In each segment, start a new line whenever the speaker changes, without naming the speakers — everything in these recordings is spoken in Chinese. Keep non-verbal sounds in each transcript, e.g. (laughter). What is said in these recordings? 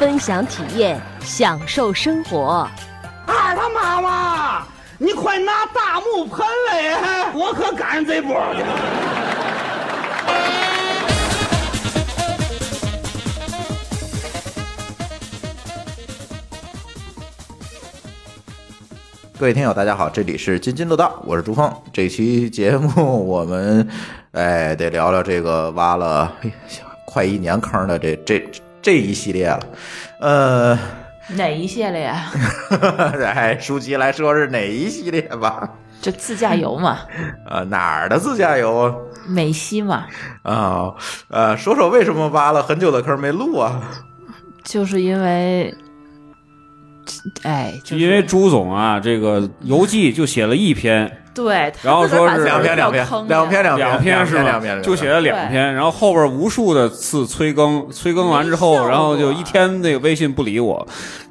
分享体验，享受生活。
二他妈妈，你快拿大木喷了耶！我可赶上这波了。
各位听友，大家好，这里是津津乐道，我是朱峰。这期节目 (laughs) 我们哎得聊聊这个挖了哎呀快一年坑的这这这一系列了，呃， (laughs)
哪一系列？ (laughs)
哎，舒淇来说是哪一系列吧？
这自驾游嘛，
呃，哪儿的自驾游啊
美西嘛，、
呃，说说为什么挖了很久的坑没录啊？
就是因为，哎，就是、
因为朱总啊，这个游记就写了一篇，
对，他
然后
自个儿
说
把
是
自个
两
儿
篇两
掉
篇
坑里
两篇两篇
篇是
两
吧
篇，？
就写了两篇，然后后边无数的次催更，催更完之后，然后就一天那个微信不理我，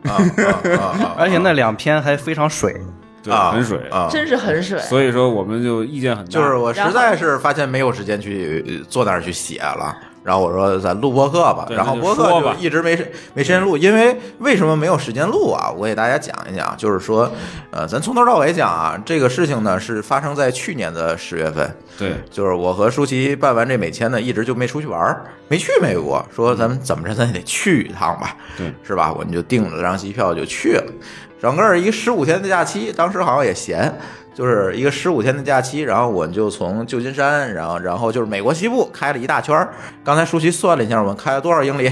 啊啊啊！
而且那两篇还非常水，
对，
啊
哎很水。
啊，
真是很水。
所以说我们就意见很大，
就是我实在是发现没有时间去呃坐那儿去写了，然后我说咱录播客吧，
对
然后
那就
播客
说
就
吧
一直没时没时间录，因为为什么没有时间录啊？我给大家讲一讲，就是说，呃，咱从头到尾讲啊，这个事情呢是发生在去年的十月份，
对，
就是我和舒淇办完这美签呢，一直就没出去玩儿，没去美国，说咱们怎么着咱也得去一趟吧，
对，
是吧？我们就订了张机票就去了，整个一个十五天的假期，当时好像也闲，就是一个十五天的假期，然后我就从旧金山，然后然后就是美国西部开了一大圈儿。刚才舒淇算了一下，我们开了多少英里？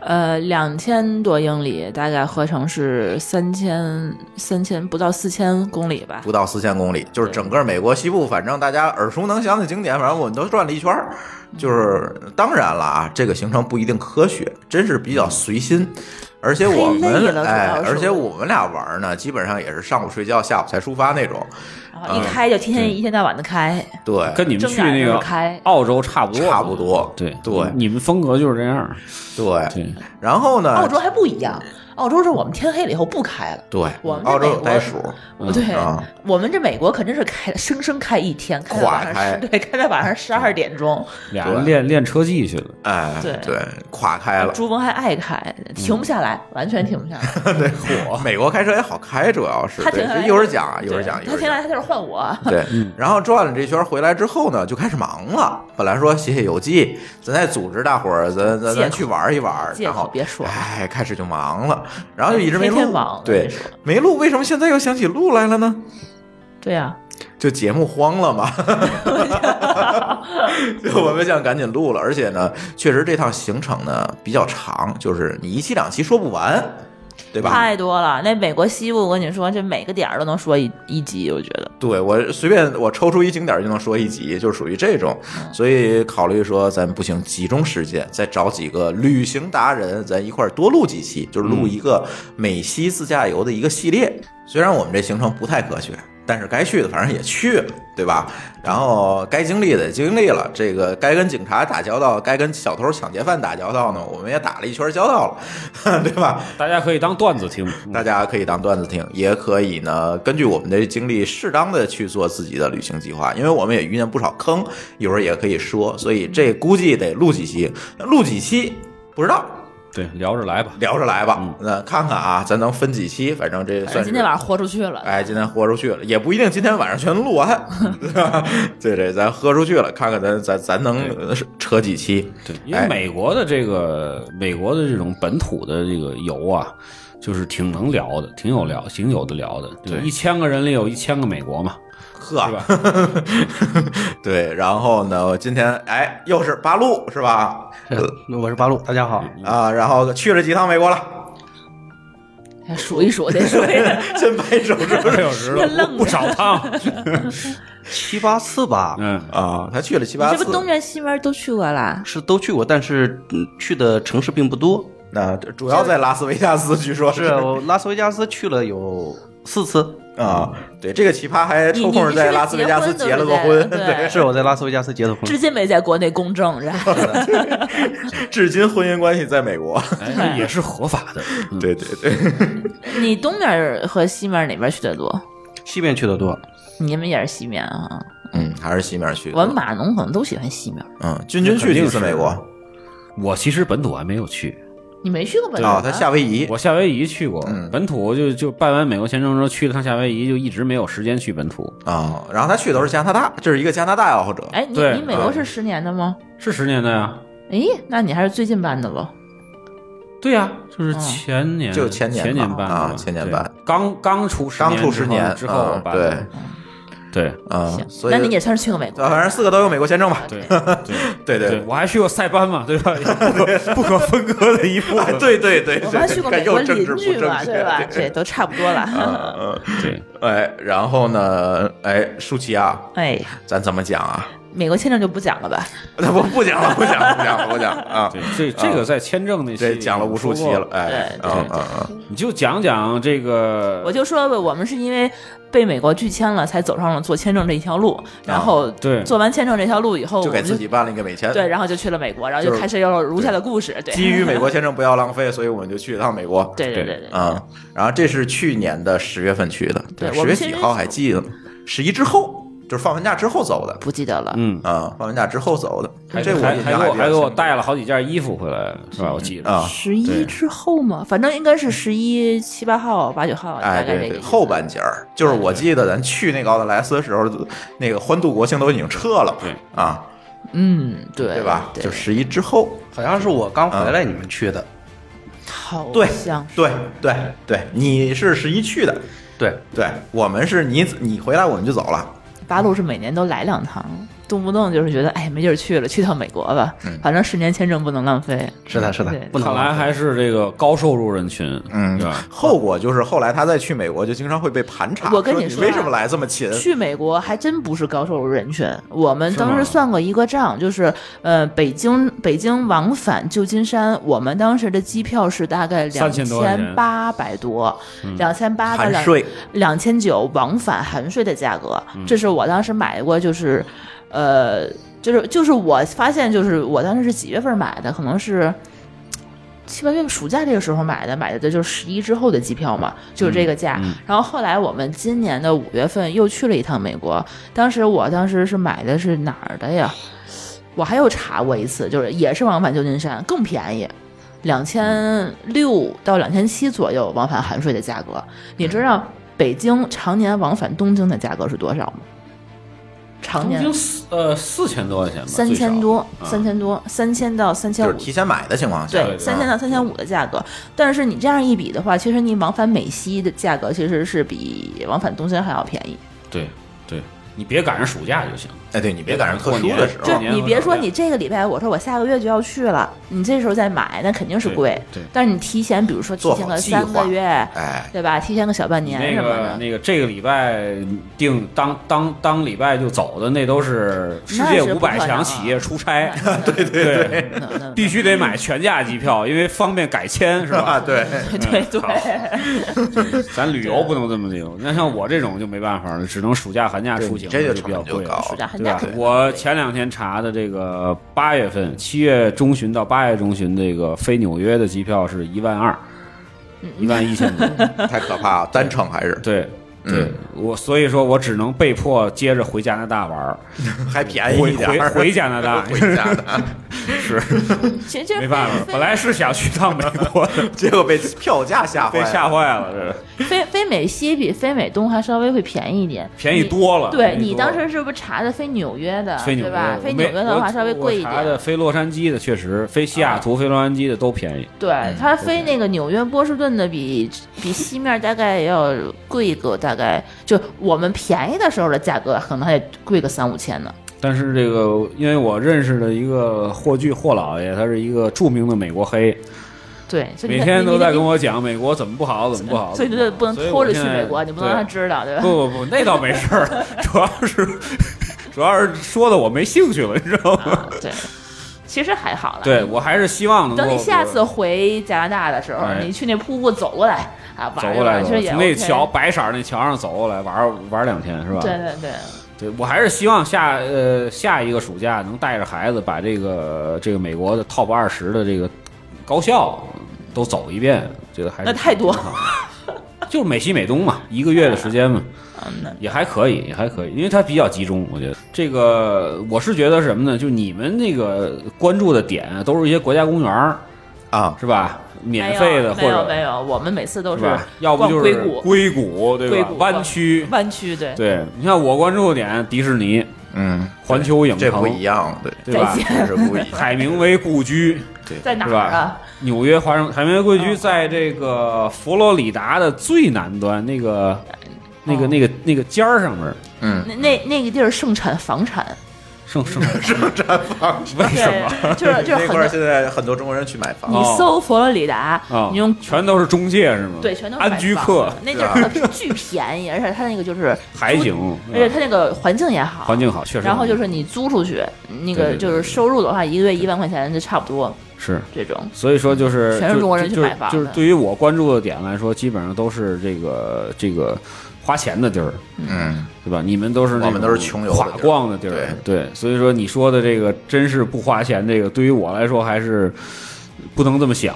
呃，两千多英里，大概合成是三千三千不到四千公里吧
不。到四千公里，就是整个美国西部，反正大家耳熟能详的景点，反正我们都转了一圈儿。就是当然了啊，这个行程不一定科学，真是比较随心。而且我
太累
们
了主
哎
要，是
而且我们俩玩儿呢，基本上也是上午睡觉，下午才出发那种。
然后一开
啊
就天天一天到晚的开，
对，
跟你们
睁
去
眼
那
就
个
开
澳洲差不多，
差不。多。
对
对
你们风格就是这样。
对，
对，
然后呢？
澳洲还不一样，澳洲是我们天黑了以后不开了。
对，
我们
澳洲
在美
有
国
袋鼠，
嗯
对、
啊
我们这美国可真是开生生开一天，开到晚
垮
上
开嗯
十对，开到晚上十二点钟。
俩人练练车技去了，
哎，
对
对，垮开了。嗯
朱峰还爱开，停不下来，完全停不下来。
(laughs) 对，火。美国开车也好开，主要是
他停
对
下来，
一会儿讲啊，一会儿
对
讲，一
他
会儿
停下
讲。
来，他嗯就是
(laughs)
换我。
对，然后转了这圈回来之后呢，就开始忙了。本来说写写游记，咱再组织大伙儿，咱咱
借口
咱去玩一玩。
借
然后
口别说哎
哎，开始就忙了，然后就一直没
天天
录
忙。我
对
跟你，说
没录，为什么现在又想起录来了呢？
对啊呀、
就节目慌了嘛，啊 (laughs) 就我们想赶紧录了，而且呢，确实这趟行程呢比较长，就是你一期两期说不完，对吧？
太多了。那美国西部，我跟你说，这每个点儿都能说一一集，我觉得。
对我随便我抽出一景点就能说一集，就是属于这种，所以考虑说咱不行，集中时间，再找几个旅行达人，咱一块儿多录几期，就是录一个美西自驾游的一个系列。虽然我们这行程不太科学，但是该去的反正也去了，对吧？然后该经历的也经历了，这个该跟警察打交道，该跟小偷抢劫犯打交道呢，我们也打了一圈交道了， (laughs) 对吧？
大家可以当段子听。
嗯大家可以当段子听，也可以呢根据我们的经历，适当的去做自己的旅行计划，因为我们也遇见不少坑，一会儿也可以说，所以这估计得录几期，那录几期不知道，
对，聊着来吧。
聊着来吧，
嗯
那看看啊，咱能分几期，反正这
反
算是
正今天晚上豁出去了。
哎，今天豁出去了，也不一定今天晚上全
(laughs)
录完，对对，咱豁出去了，看看咱咱咱能呃扯几期，
对，因为
哎
美国的这个美国的这种本土的这个游啊，就是挺能聊的，挺有聊，挺有的聊的。
对
一千个人里有一千个美国嘛，
呵
是，吧？
(laughs) 对，然后呢，今天哎又是八路是吧？
呃我是八路，大家好。
啊，然后去了几趟美国了。
哎数一数，得数
(laughs)
一数。
先拍手是不是？
有时候不少趟。
七八次吧，
(laughs) 嗯，
啊，他去了七
你
八
是
次
不是，东边西边都去过啦？
嗯是都去过，但是嗯去的城市并不多。
那主要在拉斯维加斯，据说
是啊我拉斯维加斯去了有四次，
啊，对，这个奇葩还抽空在拉斯维加斯结了个
你
婚，
你是不是结婚对不对
是我在拉斯维加斯结的
至
婚。
今没在国内公证，然后
(laughs) 至今婚姻关系在美国。
嗯
哎，也是合法的。嗯
对对对，
你东面儿和西面儿哪边儿去的多？
西边去的多，
你们也是西面啊？
嗯，还是西面去的。
我们码农可能都喜欢西面儿，
嗯，君君去几次美国
我其实本土还没有去，
你没去过本
啊？他夏威夷
我夏威夷去过，
嗯
本土就就办完美国签证之后去了趟夏威夷，就一直没有时间去本土。
啊，然后他去的都是加拿大，这是一个加拿大爱好者。
哎，你
对
你美国是十年的吗？
是十年的呀？
哎，那你还是最近办的了。
对呀、就是
嗯
前年，
就前年
年，前
吧
办的
啊
吧
前年
对
办
刚刚出十
刚出十年
年之后之后
嗯
办的，对对
啊
行，，
所以
那你也算是去过美国
啊，。反正四个都有美国签证吧？
对
(laughs) 对
对
对
我还去过塞班嘛，对吧？也不可不可
(laughs)
分割的一部
哎
分。
对对对对，
我们还去过美
又
国
政
邻
治不
居
正
吧，
确
对吧？这都差不多了。
嗯嗯， (laughs)
对，
哎，然后呢？哎，舒淇啊，
哎，
咱怎么讲啊？
美国签证就不讲了吧？
不 (laughs) 不讲了，不讲了，不讲了，不讲了啊！
对，这这个在签证那
这
期
啊讲了无数期
说过
了，，哎，
对
嗯嗯嗯，
你就讲讲这个，
我就说吧，我们是因为被美国拒签了，才走上了做签证这一条路。然后
对
做完签证这条路以后，
就
我
给
们
自己办了一个美签，
对，然后就去了美国，然后
就
就是开始有了如下的故事。对，
基于美国签证不要浪费，所以我们就去一趟美国。
对对对对，
啊、然后这是去年的十月份去的，
对
十
我
月
们其
几
实
号还记得吗？十一之后，就是放完假之后走的。
不记得了。
嗯，
啊、放完假之后走
还
的，这我
还
印
还
象
给我
比较
还给我
深刻
带了好几件衣服回来，是吧？我记得
啊，
十一之后嘛，反正应该是十一七八号、八九号，
嗯哎，
大概
对
这个
对，
意思
后半截儿，就是我记得咱去那个奥特莱斯的时候，那个欢度国庆都已经撤了，
对
啊，
嗯，对，
对吧？
对
就十一之后，
好像是我刚回来你们去的。
好
对
像
对对对，你是十一去的，
对，
对我们是你你回来我们就走了，
八路是每年都来两趟，动不动就是觉得哎没地儿去了，去趟美国吧，
嗯
反正十年签证不能浪费。
是的，是的
对，
不能
看
浪
来
费
还是这个高收入人群，
嗯
对吧？
后果就是后来他再去美国就经常会被盘查，
我跟
说
你
你
说
为
啊
什么来这么勤？
去美国还真不是高收入人群，我们
是吗
当时算过一个账，就是呃，北京北京往返旧金山，我们当时的机票是大概两
3000多块钱
千八百多，两千八到
嗯含
两
税
两千九往返含税的价格，这是我当时买过，就是呃，就是就是我发现，就是我当时是几月份买的，可能是。七八月暑假这个时候买的，买的就是十一之后的机票嘛，就是这个价。然后后来我们今年的五月份又去了一趟美国，当时我当时是买的是哪儿的呀？我还有查过一次，就是也是往返旧金山，更便宜，两千六到两千七左右往返含税的价格。你知道北京常年往返东京的价格是多少吗？常
东
年
京四呃四千多块钱吧，
三千多，
最少啊嗯
三千多，三千到三千
就
五
是提前买的情况下，
对
对，三千到三千五的价
嗯
格。但是你这样一比的话，其实你往返美西的价格其实是比往返东京还要便宜。
嗯对对，你别赶上暑假就行。
哎，对你别赶上特
过
殊
年
的时
对
候
过
就是
年
你
和
别
暑
说
假
你这个礼拜，我说我下个月就要去了，你这时候再买，那肯定是
对
贵。
对
但是你提前，比如说提
做
前
好
个
计
三
划
个月，
哎，
对吧？提前个小半
你
年
那
什么
个
的。
那个这个礼拜定当当当礼拜就走的，那都是世界
那是
五
不可
百
能啊
强企业出差，
对
对对，
那那
必须得
嗯
买全价机票，因为方便改签是
啊
(laughs) 吧？
对，
嗯
对对，
咱旅游不能这么旅游，那像我这种就没办法了，只能暑假寒假
对
出
你
行，
这个
就
成
比较
本就
贵。
高
暑假寒
对
假
吧？我前两天查的这个八月份，七月中旬到八月中旬，这个飞纽约的机票是一万二，
嗯
一万一千多。
太可怕了，单程还是
对对
嗯，
我所以说我只能被迫接着回加拿大玩儿，
还便宜
回
一点
回
儿，
回加拿大
(laughs) 回家的，
是
其实就是
没办法，本来是想去趟美国
(laughs)
的， (laughs)
结果被票价吓
被
坏了，
吓坏了，这
非非美西比非美东还稍微会便宜一点，
便宜
你。
多了。
对
便宜
你
多了
当时是不是查的飞纽约的，
飞纽
对
约
吧
我？
飞
没
纽约的话
我
稍微贵一
我查的
点，啊
飞洛杉矶的确实，飞西雅图、飞洛杉矶的都便宜。
对，它飞那个纽约波士顿的比比西面大概要贵个大概，就我们便宜的时候的价格可能还得贵个三五千呢。
但是这个，因为我认识的一个霍炬霍老爷，他是一个著名的美国黑，
对，所以你
每天都在跟
我，
我讲美国怎么不好，怎么不好。
所以你就不能
所以我
偷着去
现在
美国，你不能让他
对
知道，对
(laughs)
吧？
不不不，那倒没事 (laughs) 儿，主要是主要是说的我没兴趣了，你知道吗？
啊，对，其实还好了。
对我还是希望能够
等你下次回加拿大的时候，
哎
你去那瀑布走过来啊，玩
走
一
过来
玩
走
其实也
从那
OK
桥白色儿那桥上走过来玩儿玩儿两天是吧？
对对对，
对，我还是希望下呃下一个暑假能带着孩子把这个这个美国的 top 二十的这个高校都走一遍，觉得还是
那太多
挺好的，就是美西美东嘛，一个月的时间嘛，
嗯，那
也还可以，也还可以，因为它比较集中，我觉得这个我是觉得什么呢？就你们那个关注的点啊都是一些国家公园儿
啊，
是吧？免
没有
费的或
没有没
者
有，我们每次都
是
是
吧？要不
逛
就是
硅谷、
硅谷对
硅
吧？
谷
湾区。
湾区，对，
对你像我关注的点，迪士尼、
嗯，
环球影城，
这不一样，对，
对吧
再？见
这是不一样。
海明威故居，
在哪
是
儿啊
吧？？纽约华盛海明威故
哦
居在这个佛罗里达的最南端，那个、那
哦
个、那个、那个尖儿上面，
嗯，
那那那个地儿盛产房产，
盛
(laughs)
盛盛产房，为什么？
对，就
(laughs)
是就
那
是
块儿
很多。
现在很多中国人去买房
你搜佛罗里达
啊，，
你用
全都是中介是吗？
对全都是
安居客
买房的，那地儿巨便宜，而且它那个就是
海景，
而且它那个环境也好，
嗯环境好，确实好。
然后就是你租出去，
对对
那个
对
就是收入的话，一个月一万块钱就差不多
是
这种。
所以说就是
全是中国人去买房的
就是就是对于我关注的点来说，基本上都是这个这个花钱的地儿，
嗯，
对吧？你们都是那种
我们都是穷游的地
垮
儿
逛的地儿，对所以说你说的这个真是不花钱，这个对于我来说还是不能这么想，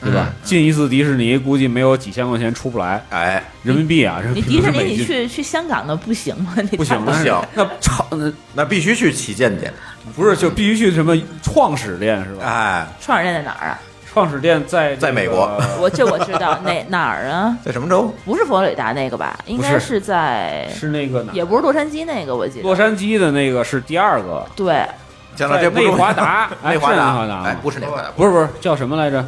对
嗯
吧？进一次迪士尼估计没有几千块钱出不来，
哎，
人民币啊，人
你
民
迪
币
士
是
尼，
美
你
金
去去香港的不行吗？ (laughs) 你
不行，
不行
那那超那
那必须去旗舰店，
不是就必须去什么创始店是吧？
哎，
创始店在哪儿啊？
创始店在这
在美国
个
我这我知道，哪哪儿啊？
在什么州？
不是佛罗里达那个吧？应
不
该
是
是在，
是那个哪儿？
也不是洛杉矶那个，我记得。
洛杉矶的那个是第二个，
对，
讲到这不
内
重要，
华达
(laughs) 内华
哎是内
达
华达，
哎，不是内华达，
不是不是叫什么来着？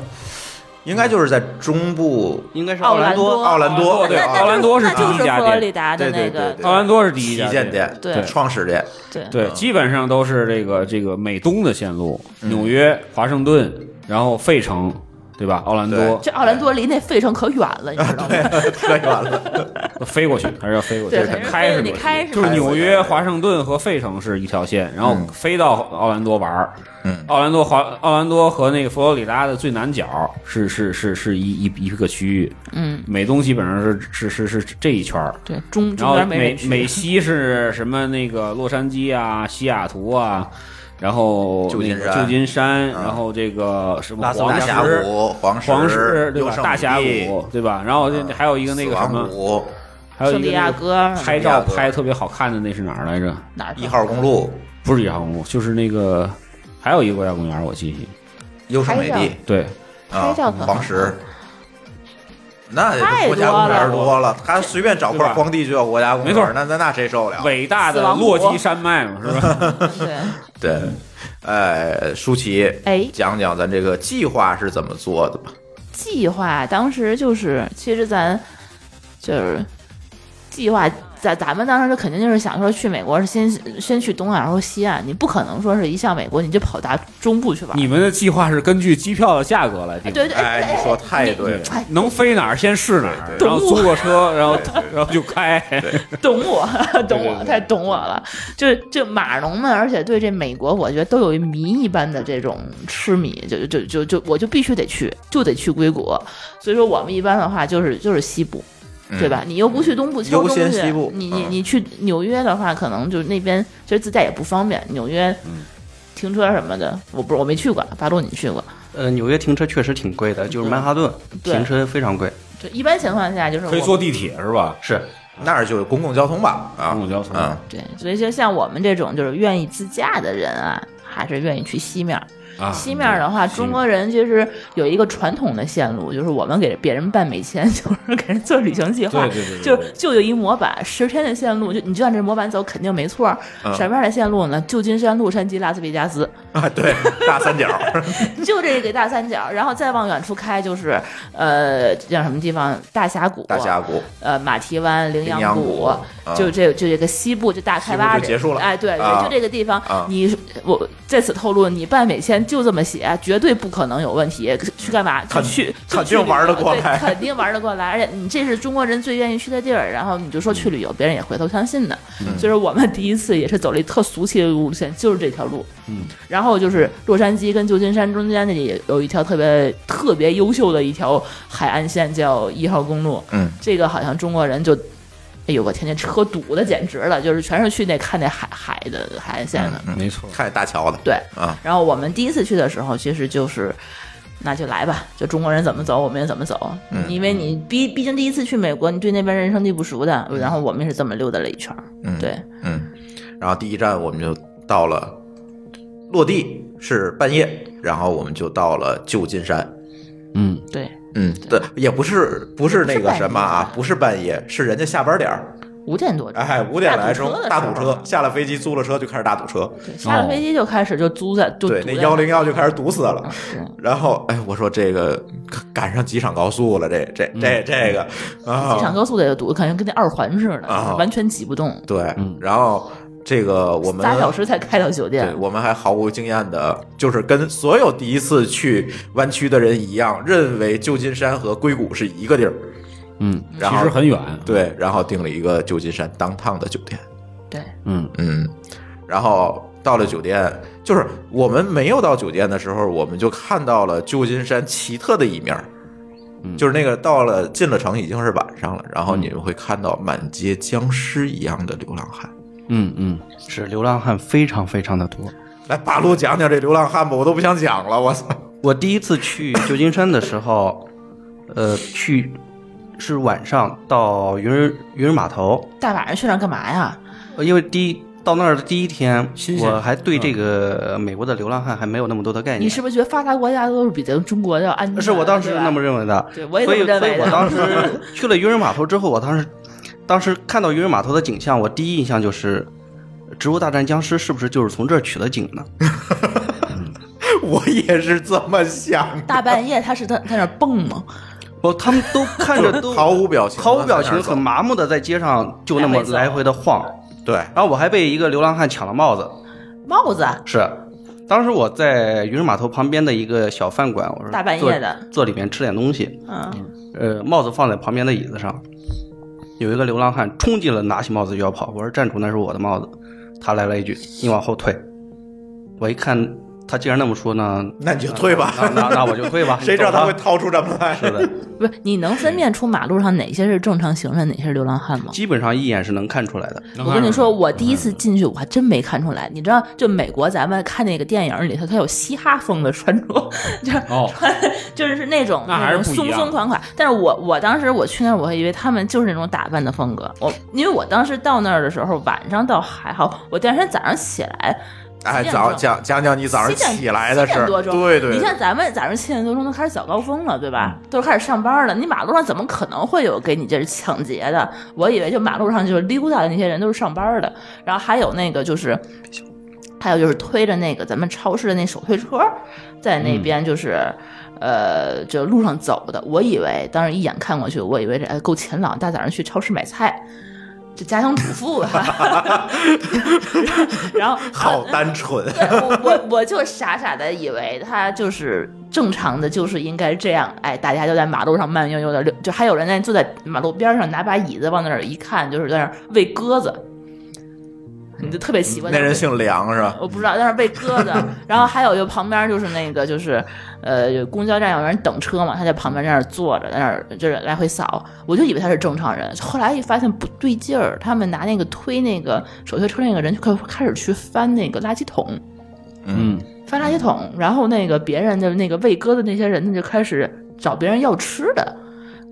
应该就是在中部
应该是
奥
奥兰
兰多
奥兰多，
哦对
那
奥兰多是
那就
第一
是
家
佛
店
罗里达的
对
那
对
个
对，对，
奥兰多是第一
旗
家
舰店，
对
创
(laughs)
始店，
对
对，基本上都是这个这个美东的线路，纽约、华盛顿，然后费城，对吧？奥兰多
这奥兰多离那费城可远了，你知
啊
道吗？
扯远了， (laughs)
飞过去还是要飞过去
对，
得
还是
开
飞
是
得
过去
开是
就是
吧
纽约、华盛顿和费城是一条线，然后飞到奥兰多玩儿。
嗯
奥兰多华奥兰多和那个佛罗里达的最南角是是是是一一一个区域，
嗯，
美东基本上是是是是这一圈儿。
对，中
然
中
后
间没人
美
去。
美西是什么？那个洛杉矶啊，西雅图啊，然后
旧金
那个
山
旧金山，然后这个什么
拉斯
黄
维
大
加
石
峡谷、黄
黄石对
六
吧？
圣
大峡
地
谷对吧？然后这还有一个那
死
个什
亡
么，
谷、
还有一
圣
个
地亚
那个
哥
拍照拍特别好看的那是哪儿来着？
哪儿去
一号公路、
不是一号公路，就是那 (laughs) 个还有一个国家公园，我记忆
优胜美
拍
地
照
对，
啊
拍照可，好
黄石。那
太
国家
多
公园
了
多了，他随便找
对
块
吧
荒地就叫国家公园，
没错
那那那谁受得了？
伟大
死
的
亡谷
落基山脉嘛，是吧？ (laughs)
对，
对，哎，舒淇，
哎
讲讲咱这个计划是怎么做的吧？
计划当时就是，其实咱就是计划，咱咱们当时肯定就是想说去美国是先先去东岸，然后西岸，你不可能说是一上美国你就跑大中部去玩。
你们的计划是根据机票的价格来定的。
对对，
哎，你说太对了，
哎，
能飞哪儿先是哪儿，然后租个车，然后然后就开。
懂我， (laughs)
对
懂
对
我，
对
太懂我了。就就马农们，而且对这美国，我觉得都有一迷一般的这种痴迷，就就就就我就必须得去，就得去硅谷。所以说我们一般的话就是就是西部，
嗯
对吧？你又不去东部，敲
优
东
先
去
西部
你你
嗯
你去纽约的话，可能就是那边其实自驾也不方便，纽约停车什么的，我不我没去过，八路你去过？
呃，纽约停车确实挺贵的，就是曼哈顿
对
停车非常贵。
就一般情况下就是
可以
我
坐地铁是吧？
是，
那儿就是公共交通吧？啊，
公共交通
嗯，
对，所以就像我们这种就是愿意自驾的人啊，还是愿意去西面儿。
啊，
西面儿的话，中国人其实有一个传统的线路，就是我们给别人办美签， (laughs) 就是给人做旅行计划，
对对对对对
就是就有一模板，十天的线路，就你就按这模板走，肯定没错儿。
嗯
什么样的线路呢？旧金山、洛杉矶、拉斯维加斯， (laughs)
啊，对，大三角，
就这个大三角，然后再往远处开就是呃，叫什么地方？大峡谷，
大峡谷，
呃，马蹄湾、羚
羚羊
谷
谷，啊
就这就这个西部就大开挖
西
的
部就结束了
哎，对
啊
对，就这个地方
啊，
你我在此透露，你办美签就这么写，绝对不可能有问题。去干嘛？就
肯
去，
肯
就去
定玩得
旅游
过
对
来
肯定玩得过来。而且你这是中国人最愿意去的地儿，然后你就说
嗯
去旅游，别人也回头相信的。就是我们第一次也是走了一特俗气的路线，就是这条路。
嗯
然后就是洛杉矶跟旧金山中间那里有一条特别特别优秀的一条海岸线，叫一号公路。
嗯，
这个好像中国人就，哎呦我天天车堵的简直了，就是全是去那看那海海的海岸线
嗯
的。
没错，
看见大桥的，
对，
啊，
然后我们第一次去的时候，其实就是。那就来吧，就中国人怎么走，我们也怎么走。
嗯
因为你毕毕竟第一次去美国，你对那边人生地不熟的。然后我们也是这么溜达了一圈儿。
嗯
对，
嗯，然后第一站我们就到了，落地是半夜，然后我们就到了旧金山。
嗯，
对，
嗯，对，也不是不是那个什么啊，不是半夜，是人家下班点儿，
五点多钟，
哎，五点来钟大
大
堵
堵车的时候
车，下了飞机租了车就开始大堵车，
对下
哦
了飞机就开始就租在就
对，
堵
那
在嗯
幺零幺就开始堵死了。
是
然后，哎，我说这个赶上机场高速了，这这这这个啊，
嗯机场高速的也堵，感觉跟那二环似
啊
的，完全挤不动，
对，然后这个我们
嗯仨小时才开到酒
对
店，。
我们还毫无经验的，就是跟所有第一次去湾区的人一样，认为旧金山和硅谷是一个地儿。
嗯，其
然后
实很远，
对，然后订了一个旧金山当趟的酒店。
对，
嗯，
嗯，然后到了酒店，就是我们没有到酒店的时候，我们就看到了旧金山奇特的一面儿。
嗯
就是那个到了进了城已经是晚上了，然后你们会看到满街僵尸一样的流浪汉。
嗯嗯，
是流浪汉非常非常的多。
来，八路讲讲这流浪汉吧，我都不想讲了，我操！ (laughs)
我第一次去旧金山的时候，呃，去是晚上到渔人渔人码头，
大晚上去那儿干嘛呀？
呃因为第一到那儿的第一天
新，鲜
我还对
嗯
这个呃美国的流浪汉还没有那么多的概念。
你是不是觉得发达国家都是比咱中国要安全？
是我当时
对吧
那么认为的，
对我也
所以
这么认为
所以我
的 (laughs)
当时去了渔人码头之后，我当时当时看到渔人码头的景象，我第一印象就是。植物大战僵尸是不是就是从这儿取的景呢？
我也是这么想的，
大半夜他是在在那儿蹦吗？
不，他们都
(laughs)
看着都
毫无表情，
毫无表情，
很
很麻木的在街上就那么来回的晃。
对，
然后我还被一个流浪汉抢了帽子，
帽子
是，当时我在渔人码头旁边的一个小饭馆，我说
大半
坐
夜的
坐里面吃点东西，
嗯，
呃，帽子放在旁边的椅子上，有一个流浪汉冲进了，拿起帽子就要跑，我说站住，那是我的帽子，他来了一句，你往后退，我一看他既然那么说呢，
那你就退吧，
那那那我就退
(laughs)，
吧
谁知道他
他
会掏出咱们来？
是
(laughs)
的，
不是，你能分辨出马路上哪些是正常行人，哪些是流浪汉吗？
基本上一眼是能看出来的，
我跟你说，我第一次进去，我还真没看出来。你知道，就美国咱们看那个电影里头，它有嘻哈风的穿着， (laughs) 就是、
哦
穿 (laughs) 就是那种
那还是
种
不一
松
样
松垮垮。但是我我当时我去那儿，我还以为他们就是那种打扮的风格。我因为我当时到那儿的时候，晚上倒还好，我第二天早上起来，
哎，
七点
早
钟
讲讲讲你早上
七点
起来的
七
事
点
儿，
多钟，
对对，嗯
你像咱们早上七点多钟都开始早高峰了，对吧？都开始上班了，你马路上怎么可能会有给你这是抢劫的？我以为就马路上就是溜达的那些人都是上班的，然后还有那个就是。还有就是推着那个咱们超市的那手推车，在
嗯
那边就是，呃，就路上走的。我以为当时一眼看过去，我以为这哎够勤劳，大早上去超市买菜，这家庭主妇啊。 (laughs) 然后
好单纯，
对我我我就傻傻的以为他就是正常的，就是应该这样。哎，大家就在马路上慢悠悠的溜，就还有人在坐在马路边上拿把椅子往那儿一看，就是在那儿喂鸽子，你就特别奇怪。
那人姓梁是吧？
我不知道，在那儿喂鸽子，然后还有就旁边就是那个就是，呃，有公交站有人等车嘛，他在旁边在那儿坐着，在那儿就是来回扫，我就以为他是正常人，后来一发现不对劲儿，他们拿那个推那个手推车那个人就开开始去翻那个垃圾桶，
嗯，
翻垃圾桶，然后那个别人的那个喂鸽的那些人呢，就开始找别人要吃的。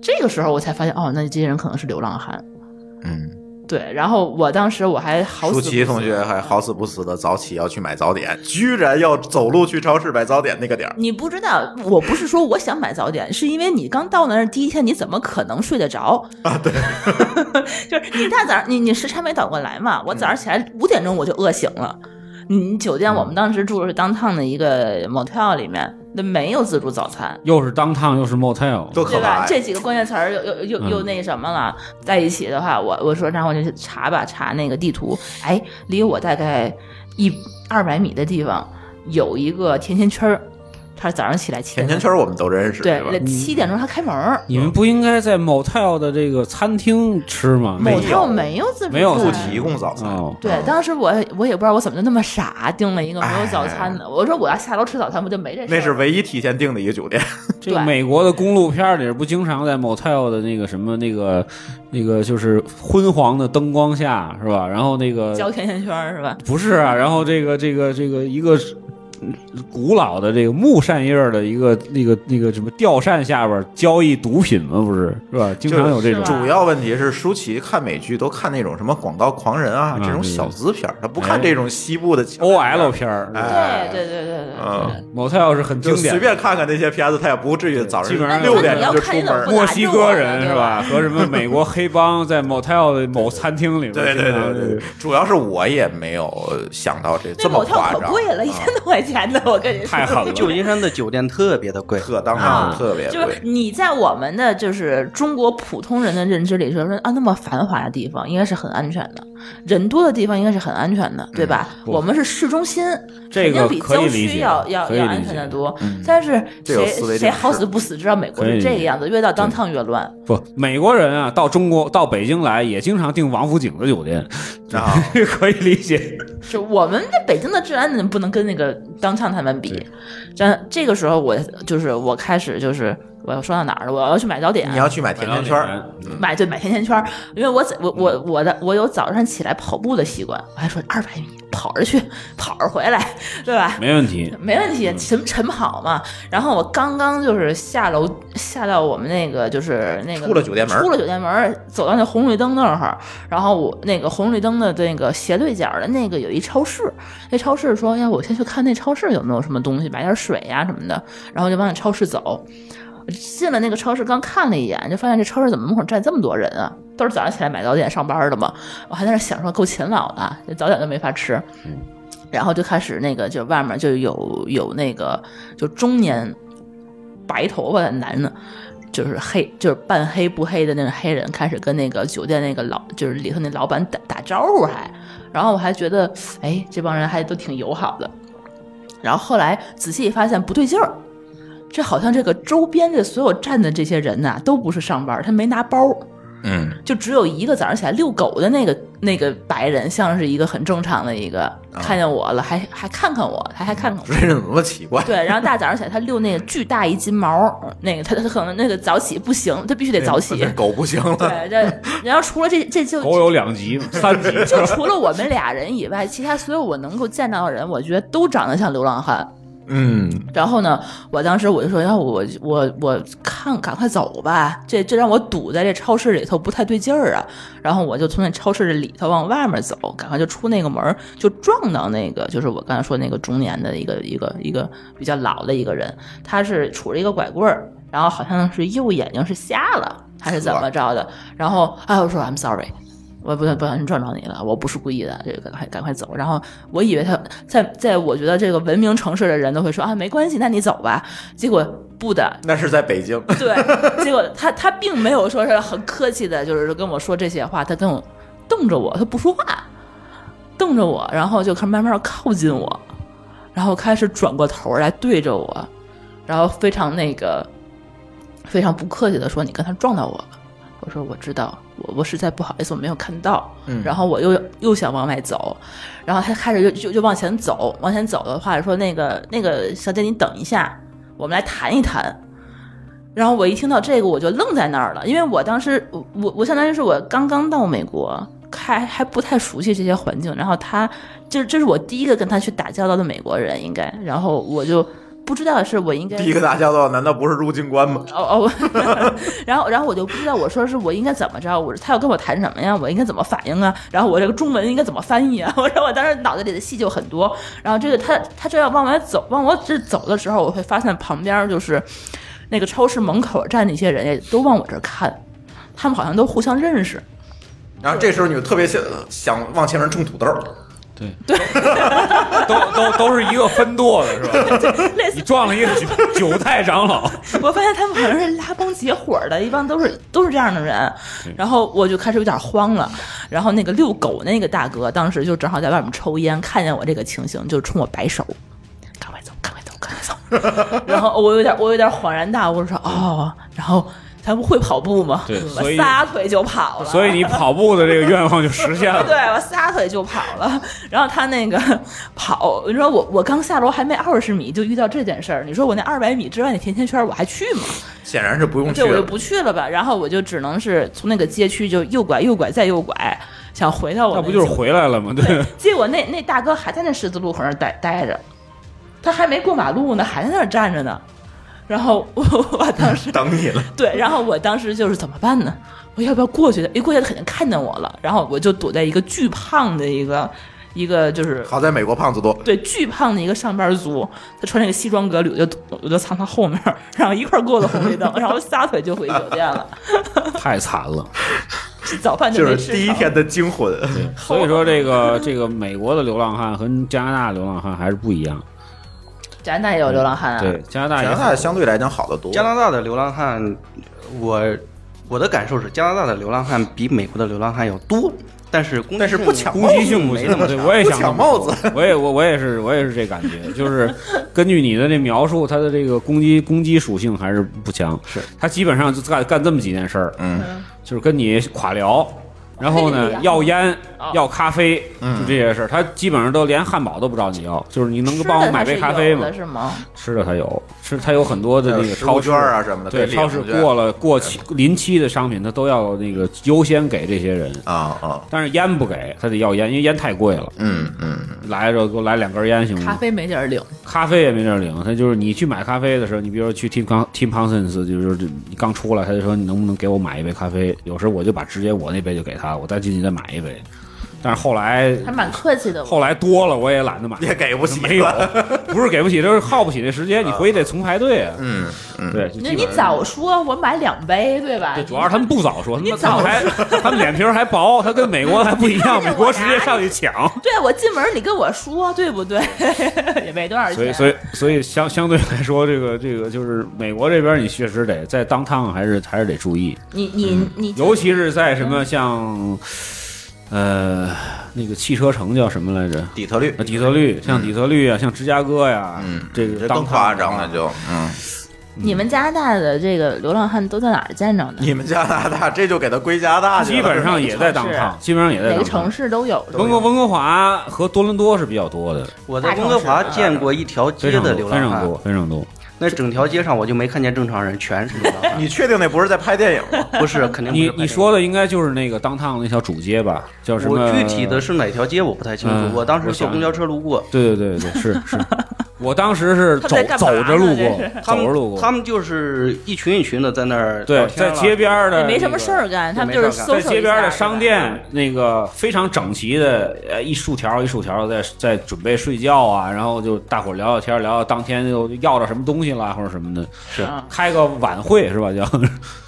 这个时候我才发现，哦，那这些人可能是流浪汉。
嗯，
对，然后我当时我还好
舒
死不
淇
死
同学还好死不死的早起要去买早点，居然要走路去超市买早点那个点儿，
你不知道，我不是说我想买早点，是因为你刚到那儿第一天，你怎么可能睡得着
嗯
啊？ (laughs) 对，就是你大早上，你你时差没倒过来嘛，我早上起来五点钟我就饿醒了。你你酒店我们当时住的是当趟的一个 motel 里面，那没有自助早餐，
又是当趟又是 motel，
多
对
可怕
吧
呀！？
这几个关键词儿又又又又
嗯
那什么了，在一起的话，我我说，然后我就去查吧，查那个地图，哎，离我大概一二百米的地方有一个甜甜圈儿，他早上起来七
甜甜
点钟，
圈我们都认识，是吧嗯
对，七点钟他开门儿，
你们不应该在 motel 的这个餐厅吃吗？
没有
motel 没有自助
没有
餐
不提嗯供早餐，
哦，
对，当时我我也不知道我怎么就那么傻，订了一个没有早餐的。我说我要下楼吃早餐，不就没这事儿？
哎那是唯一提前订的一个酒店。
这个美国的公路片儿里不经常在 motel 的那个什么那个那个就是昏黄的灯光下是吧？然后那个
交甜甜圈儿是吧？
不是啊，然后这个这个这个一个嗯古老的这个木扇叶儿的一个那个那个什么吊扇下边儿交易毒品嘛，不是是吧？经常有这种
是吧
主要问题是，舒淇看美剧都看那种什么广告狂人啊
嗯
这种小资片儿，她不看这种西部的
哦
OL 片儿。
哎
对对对对对对。
嗯
motel 是很经
就
典的，
随便看看那些片子，她也不至于早上
基本上
六点
你要
钟就出
看一
门
种
儿
不。啊
墨西哥人是吧？和什么美国黑帮在 motel 的某餐厅里边
对
儿
对
经常
对
有这个，
对，主要是我也没有想到这
那
这么
某跳
夸
可
张，
贵了，一
啊
千多块钱呢，我跟你说。
(laughs) 太狠了。
旧金山的酒店特别的贵，
特当
啊
然特别
就是
贵。
你在我们的就是中国普通人的认知里说说啊，那么繁华的地方应该是很安全的，人多的地方应该是很安全的，对吧？
嗯不
我们是市中心，
这个
肯定比
可以
郊
理
区
解
要要
可以
要
理
安全
解
的多。
嗯
但是
这有
谁
思维
谁
定式
好死不死知道美国
可以
是这
理
个
解
样子，越到当趟越乱。
不，美国人啊，到中国到北京来也经常订王府井的酒店， (laughs)
啊，
可以理解。
就我们在北京的治安，你不能跟那个当唱他们比。但这个时候我，就是我开始就是我要说到哪儿了？我要去买早点，
你要去买甜甜圈儿，
买对买甜甜圈儿，因为我早我我我的我有早上起来跑步的习惯，我还说二百米跑着去，跑着回来，对吧？
没问题。
没问
嗯
题，晨晨跑嘛。然后我刚刚就是下楼，下到我们那个就是那个
出了酒店门儿
出了酒店门儿，走到那红绿灯那儿，然后我那个红绿灯的那个斜对角的那个有一超市，那超市说呀，我先去看那超市有没有什么东西，买点水呀、什么的，然后就往那超市走。进了那个超市，刚看了一眼，就发现这超市怎么门口站这么多人啊？都是早上起来买早点上班的嘛。我还在那想说，够勤劳的啊，这早点都没法吃。然后就开始那个，就外面就有有那个，就中年白头发的男的，就是黑，就是半黑不黑的那种黑人，开始跟那个酒店那个老，就是里头那老板打打招呼还。然后我还觉得，哎，这帮人还都挺友好的。然后后来仔细一发现不对劲儿，这好像这个周边这所有站的这些人呐、都不是上班儿，他没拿包儿，
嗯，
就只有一个早上起来遛狗的那个那个白人，像是一个很正常的一个，
啊
看见我了，还还看看我，还还看看我
这。人怎么那么奇怪？
对，然后大早上起来，他遛那个巨大一金毛，那个他他可能那个早起不行，他必须得早起。
(laughs) 狗不行了，
对，这然后除了这这就
狗有两级嘛，三
(laughs)
级。
就除了我们俩人以外，其他所有我能够见到的人，我觉得都长得像流浪汉。
嗯，
然后呢，我当时我就说，要不我我我看赶快走吧，这这让我堵在这超市里头不太对劲儿啊。然后我就从那超市里头往外面走，赶快就出那个门儿，就撞到那个就是我刚才说那个中年的一个一个一个比较老的一个人，他是杵着一个拐棍儿，然后好像是右眼睛是瞎了还是怎么着的。然后哎，我说 I'm sorry。我不不小心撞着你了，我不是故意的，这个赶快赶快走。然后我以为他在在我觉得这个文明城市的人都会说啊没关系，那你走吧。结果不的，
那是在北京，
(laughs) 对，结果他他并没有说是很客气的，就是跟我说这些话，他跟我瞪着我，他不说话，瞪着我，然后就开始慢慢地靠近我，然后开始转过头来对着我，然后非常那个非常不客气的说你刚才撞到我了。我说我知道，我我实在不好意思，我没有看到。
嗯
然后我又又想往外走，然后他开始就就就往前走，往前走的话说那个那个小姐你等一下，我们来谈一谈。然后我一听到这个，我就愣在那儿了，因为我当时我我我相当于是我刚刚到美国，还还不太熟悉这些环境。然后他这这是我第一个跟他去打交道的美国人，应该。然后我就不知道是我应该
第一个打交道难道不是入境关吗？
哦 (laughs) 哦，然后然后我就不知道，我说是我应该怎么着？我说他要跟我谈什么呀？我应该怎么反应啊？然后我这个中文应该怎么翻译啊？ (laughs) 我说我当时脑袋里的戏就很多。然后这个他他这要往外走，往我这走的时候，我会发现旁边就是那个超市门口站那些人也都往我这儿看，他们好像都互相认识。
然后这时候你就特别想想往前面种土豆儿，
对对，都都都是一个分舵的是吧？
类
你
似，
撞了一个九九太长老，
我发现他们好像是拉帮结伙的，一般都是都是这样的人。然后我就开始有点慌了。然后那个遛狗那个大哥，当时就正好在外面抽烟，看见我这个情形，就冲我摆手，赶快走，赶快走，赶快走。 (laughs) 然后我有点我有点恍然大悟，说哦，然后他不会跑步吗？
对所
我
以
撒腿就跑了。
所以你跑步的这个愿望就实现了。
对我撒腿就跑了。然后他那个跑，你说我我刚下楼还没二十米就遇到这件事儿，你说我那二百米之外那甜甜圈我还去吗？
显然是不用去
对，我就
了。
不去了吧。然后我就只能是从那个街区就右拐右拐再右拐，想回到我
那
那
不就是
街
回来了吗？
对
对，，
结果那那大哥还在那十字路口那儿待待着，他还没过马路呢，还在那儿站着呢。然后我我
(laughs)
当时
等你了，
对，然后我当时就是怎么办呢？我要不要过去的？一过去他肯定看见我了，然后我就躲在一个巨胖的一个一个就是
好在美国胖子
(laughs)
多，
对巨胖的一个上班族，他穿那个西装革履，我就我就藏他后面，然后一块儿 (laughs) 过了红绿灯，然后撒腿就回酒店了，
太惨了。
(laughs) 早饭
就
没
是
吃。
第一天，的惊魂。
所以说这个这个美国的流浪汉和加拿大流浪汉还是不一样。
加拿大也有流浪汉啊，
对，加拿大
加
也
拿
好
大相对来讲好得多。
加拿大的流浪汉，我我的感受是，加拿大的流浪汉比美国的流浪汉要多，但是攻击
但是
性
不抢
攻击性不行，对，我也
不
想
抢帽子，
我也我我也是我也是这感觉，就是根据你的这描述，他的这个攻击攻击属性还是不强，是他基本上就干干这么几件事儿，
嗯，
就是跟你垮聊，然后呢要烟
哦
要咖啡，
嗯
就这些事儿，他基本上都连汉堡都不找你要，就是你能够帮我买杯咖啡吗
吗？？是吗？
吃的他有，吃他有很多的那
还
个
有食
超
物
市
券啊什么的
对，
可以
超市
领券
过了过期临期的商品，他都要那个优先给这些人。
啊啊，
但是烟不给，他得要烟，因为烟太贵了。
嗯嗯，
来着，给我来两根烟行
咖
吗？
啡没地儿领，
咖啡也没地儿领，他就是你去买咖啡的时候，你比如说去 Tim Con Tim Parsons，就是你刚出来，他就说你能不能给我买一杯咖啡？有时候我就把直接我那杯就给他，我再进去再买一杯。但是后来
还蛮客气的。
后来多了，我也懒得买，
也给不起
没有，不是给不起，就是耗不起这时间，你回去得重排队啊。
嗯嗯，
对，就基
那
本
你
上
早说，我买两杯，对吧？
对，主要是他们不早说，他
哎你
们他们
早
还 (laughs) 他们脸皮儿还薄，他跟美国还不一
(laughs)
样，美国直接上去抢。
对我进门你跟我说，对不对？ (laughs) 也没多少钱。
所以，所以，所以相相对来说，这个这个就是美国这边，你确实得在当趟还是还是得注意，
你你你，
尤其是在什么像，呃，那个汽车城叫什么来着？
底特律
呃，底特律，像底特律啊，像芝加哥呀，
嗯，
这个
这
当啊
更
趟
夸张了，就嗯，
你们加拿大的这个流浪汉都在哪儿见着呢？
你们加拿大这就给他归加拿大去
啊
了，
基本上也在当趟，基本上也在
每
当
个
趟
城。市都有。
温哥温哥华和多伦多是比较多的，
我在温哥华见过一条
非
街
常
的
多，
流
非
浪
常
汉
多，，非常多。
那整条街上我就没看见正常人，全是流浪汉。
你确定那不是在拍电影吗？
不
(laughs)
是，肯定不是
你
白人
你说的应该就是那个当趟那条主街吧？叫什么？
我具体的是哪条街我不太清
嗯
楚，我当时
我
坐
想
公交车路过，
对对对对，是
(laughs)
是，我当时是
他们
走
在干嘛
走
呢
着路
这
过
是，
他
走着
们
路过，
他们就是一群一群的在那儿
对
聊，天
在
了
街边儿的，
没什么事儿干，他们就是搜
在
索一
街
下
边儿的商店，那个非常整齐的，呃，一竖条儿一竖条儿在在准备睡觉啊，然后就大伙儿聊聊天儿，聊聊当天又要着什么东西啦，或者什么的，
是
啊
开个晚会是吧？叫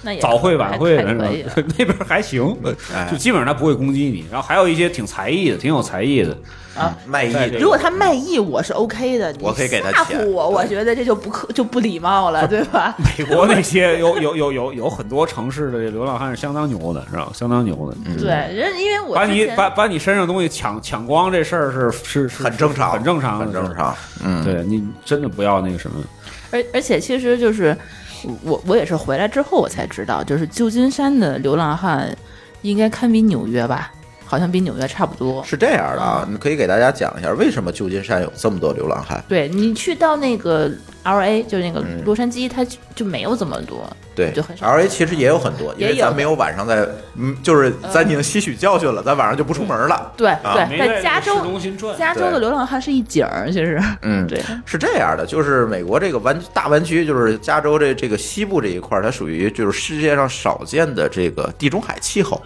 那也
早会晚会
还
是
可
吧
以啊。？
(laughs) 那边儿还行，就基本上他不会攻击你。然后还有一些挺才艺的，挺有才艺的，
卖艺
在这个
(laughs) 如果他卖艺，我是 OK 的，你
我可以给他
吓
钱
唬我，我觉得这就不客就不礼
(laughs)
貌了，对吧？
美国那些有有有有有很多城市的这流浪汉是相当牛的，是吧？相当牛的。
嗯
对，人因为嗯我
把
之
你
前
把把你身上东西抢抢光这事儿是是是
很正常，
很正常，
很正。常。嗯，
对你真的不要那个什么，
而而且其实就是我我也是回来之后我才知道，就是旧金山的流浪汉应该堪比纽约吧，好像比纽约差不多。
是这样的啊，你可以给大家讲一下为什么旧金山有这么多流浪汉。
对你去到那个 L A，就是那个
嗯
洛杉矶，它就就没有这么多。
对
就很少
，L A 其实也有很多，因
也有
为咱没有晚上在，嗯，就是咱已经吸取教训了，咱晚上就不出门了。
对、
啊
对，在加州，
心转
加州的
对
流浪汉是一景儿，其实
嗯，
对，
是这样的，就是美国这个湾大湾区，就是加州这这个西部这一块儿，它属于就是世界上少见的这个地中海气候。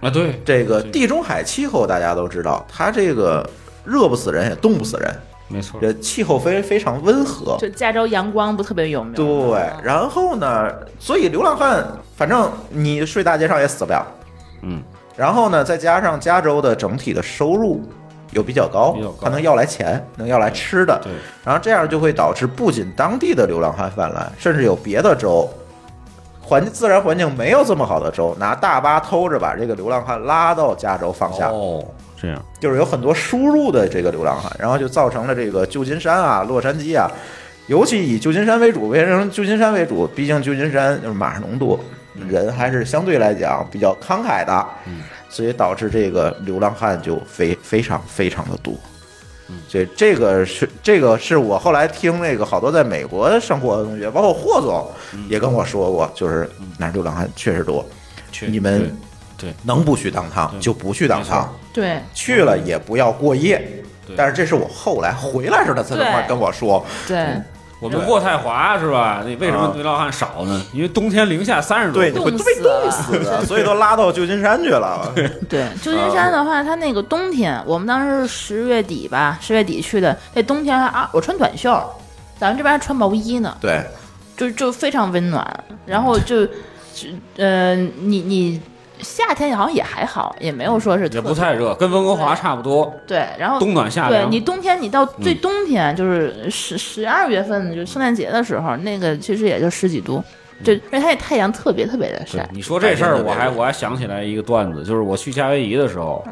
啊，对，
这个地中海气候大家都知道，它这个热不死人也冻不死人，
没错，
这气候非非常温和。
就加州阳光不特别有名。
对，然后呢，所以流浪汉，反正你睡大街上也死不了。
嗯，
然后呢，再加上加州的整体的收入有比较高
比较，高
他能要来钱，能要来吃的，
对，
然后这样就会导致不仅当地的流浪汉泛滥，甚至有别的州环自然环境没有这么好的州，拿大巴偷着把这个流浪汉拉到加州放下，
哦，这样
就是有很多输入的这个流浪汉，然后就造成了这个旧金山啊、洛杉矶啊，尤其以旧金山为主，为什么旧金山为主？毕竟旧金山就是马上农多，人还是相对来讲比较慷慨的，所以导致这个流浪汉就非非常非常的多。所以这个是这个是我后来听那个好多在美国生活的同学，包括霍总
嗯
也跟我说过，就是那儿流浪汉确实多，
确
你们
对对
能不去当趟
对
就不去当趟。
对，
去了也不要过夜。
对
但是这是我后来回来时候他才这么
对
跟我说，
对，
嗯
我们渥太华是吧？那为什么
啊
流浪汉少呢？因为冬天零下三十多
你
度，
会
冻
被
死
冻
了
死的， (laughs) 所以都拉到旧金山去了。
对，旧金山的话，它那个冬天，我们当时是十月底吧，十月底去的，那冬天还啊，我穿短袖，咱们这边还穿毛衣呢，
对，
就就非常温暖。然后就，就呃，你你夏天好像也还好，也没有说是特
也不太热，跟温哥华差不多，
对，然后
冬暖夏
对
凉。嗯
你冬天，你到最冬天就是十十二月份，就圣诞节的时候，那个其实也就十几度，就而且它也太阳特别特别的
嗯对
晒，哦
你说这事儿，我
白天
还
特别
我还想起来一个段子，就是我去夏威夷的时候，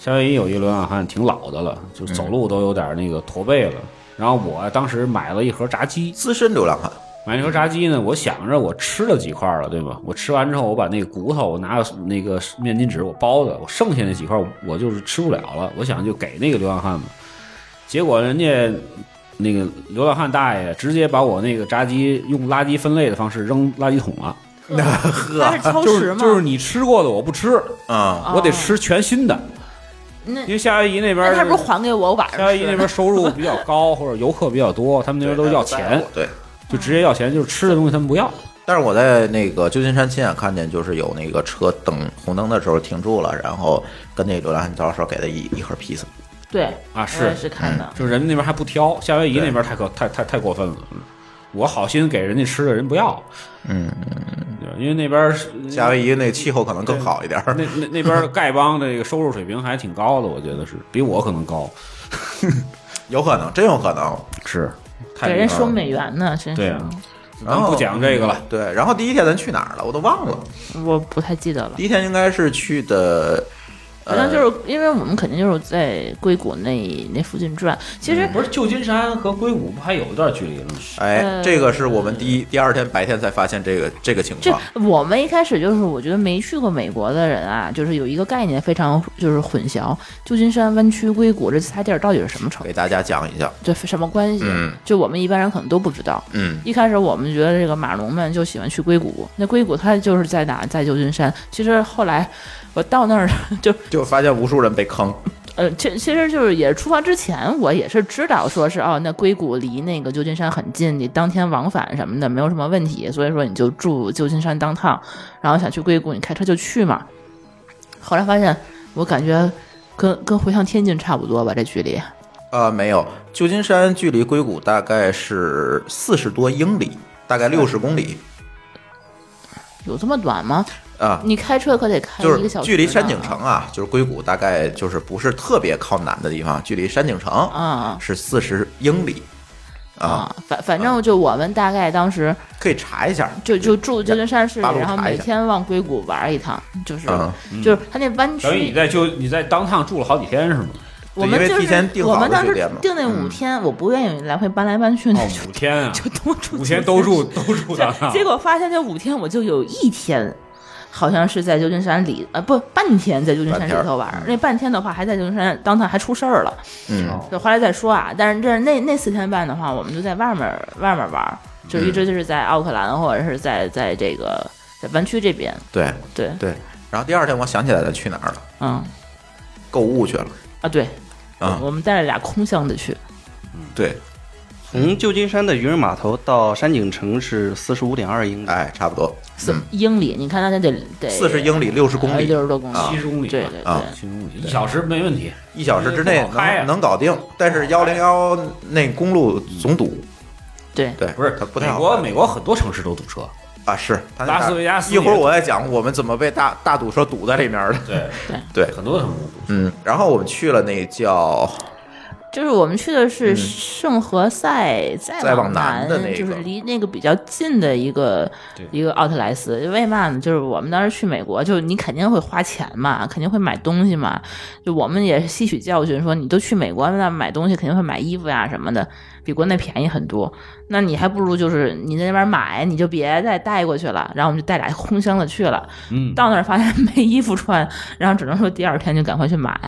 夏威夷有一个流浪汉挺老的了，就是走路都有点那个驼背了。然后我当时买了一盒炸鸡，
资深流浪汉，
买那盒炸鸡呢，我想着我吃了几块了，对吧？我吃完之后，我把那个骨头，我拿那个面巾纸我包的，我剩下那几块我就是吃不了了。我想就给那个流浪汉吧，结果人家那个流浪汉大爷直接把我那个炸鸡用垃圾分类的方式扔垃圾桶 (laughs) 了，
它是挑
就
食
是
嘛，
就是你吃过的我不吃，
嗯，
我得吃全新的，
哦那
因为夏威夷那
那
边
他不是还给我，我晚
夏
上
威夷那
吃。
边收入比较高或者游客比较多，他们那边都要钱，
对。
就直接要钱，就是吃的东西他们不要。
但是我在那个旧金山亲眼看见，就是有那个车等红灯的时候停住了，然后跟那流浪汉招手给他一一盒披萨，
对
啊是
我也是看到，
就是人们那边还不挑，夏威夷
对
那边太可太太太过分了。我好心给人家吃的人不要，
嗯，
对吧因为那边是
夏威夷那气候可能更好一点儿，
那那那边丐帮的这个收入水平还挺高的，我觉得是比我可能高，
有可能，真有可能。
是太
给
厉
人
害
说
了
美元呢，真
对
是
啊，
然
咱
后
不讲这个了，
嗯对，然后第一天咱去哪儿了？我都忘了。
我不太记得了
第。一天应该是去的，
反
呃
正，就是因为我们肯定就是在硅谷那那附近转，其实
不是旧金山和硅谷不还有一段距离了吗？
哎，
呃
这个是我们第一、第二天白天才发现这个这个情
这
况。
我们一开始就是，我觉得没去过美国的人啊，就是有一个概念非常就是混淆，旧金山、湾区、硅谷这仨地儿到底是什么城
给，大家讲一下。
这什么关系？
嗯
就我们一般人可能都不知道。
嗯，
一开始我们觉得这个马龙们就喜欢去硅谷，那硅谷它就是在哪，在旧金山。其实后来我到那儿 (laughs) 就
就发现无数人被坑。
呃，其其实就是也是出发之前，我也是知道说是哦，那硅谷离那个旧金山很近，你当天往返什么的没有什么问题，所以说你就住旧金山当趟，然后想去硅谷，你开车就去嘛。后来发现，我感觉跟跟回趟天津差不多吧，这距离。
呃，没有，旧金山距离硅谷大概是四十多英里，大概六十公里
有这么短吗？
啊。
你开车可得开
就
一个
是
小时呢。
距离山景城啊，就是硅谷大概就是不是特别靠南的地方，距离山景城
啊
是四十英里啊，
啊，反反正就我们大概当时
可以查一下。
就就住旧金山市里
八，路
然后
查一
每
下
天往硅谷玩一趟，就是
嗯
就是它那湾
等于你
区，
在就你在当趟住了好几天是吗？
我们
因为
就
提前
是
订
我
好
们
了
当
酒
时
店嘛嗯
定那五天，我不愿意来回搬来搬去，那
哦，
就
五天啊，
嗯 (laughs) 就多住
五
几
天都啊住都住当趟，
结果发现这五天我就有一天。好像是在旧金山里，呃，不，半天在旧金山
半
里
天儿
头玩儿，那半天的话还在旧金山当趟还出事儿了，
嗯，
就后来再说啊。但是这那那四天半的话，我们就在外面外面玩儿，就一直就是在奥克兰或者是在在这个在湾区这边，
对
对，
对。然后第二天我想起来了，去哪儿了？
嗯
购物去了。
啊对，
啊
我们带了俩空箱子去，
对，
从旧金山的渔人码头到山景城是四十五点二英里，
哎，差不多。
四
嗯，
英里，你看它那得得
四十英里，六十公里，
六十多公里，
啊
七十公里吧，
对对对，
啊
七十公里，一小时没问题。
一小时之内
不好开啊啊
能能搞定，但是幺零幺那公路总堵，
对
对，
不是
它不太
美
好
国，
开。
美国很多城市都堵车，
啊，是他那
拉
大
斯维加斯
一会儿
也
我再讲我们怎么被大大堵车堵在里面的。
对
对
很多很多
嗯，然后我们去了那叫
就是我们去的是圣何塞，再
嗯再往南
南
的那
就是
个
离那个比较近的一个一个奥特莱斯。为嘛呢？就是我们当时去美国，就是你肯定会花钱嘛，肯定会买东西嘛。就我们也是吸取教训，说你都去美国那买东西，肯定会买衣服呀、什么的，比国内便宜很多。那你还不如就是你在那边买，你就别再带过去了。然后我们就带俩空箱子去了，
嗯，
到那儿发现没衣服穿，然后只能说第二天就赶快去买。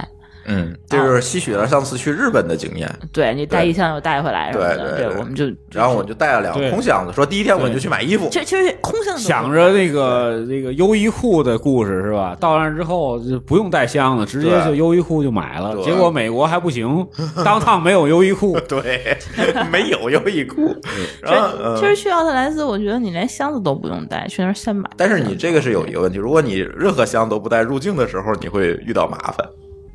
嗯，啊这就是吸取了上次去日本的经验，
对你带一箱又带回来什么的，
对对对
我们就
然后我就带了两
对
个空箱子，说第一天我就去买衣服，
其实其实空性的
想着那个那个优衣库的故事是吧？到那儿之后就不用带箱子，直接
对
就优衣库就买了。
对
结果美国还不
(laughs)
行，当趟没有优衣库。
对，没有优衣库，
其实
然后嗯
其实去奥特莱斯，我觉得你连箱子都不用带，去那儿现买。
但是你这个是有一个问题，如果你任何箱都不带入境的时候，你会遇到麻烦。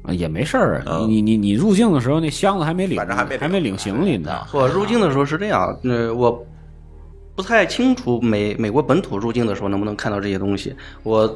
啊也没事儿啊，
嗯
你你你入境的时候那箱子还没领，
反正还没领哎啊
还没领行李呢。
我入境的时候是这样，呃，我不太清楚美美国本土入境的时候能不能看到这些东西。我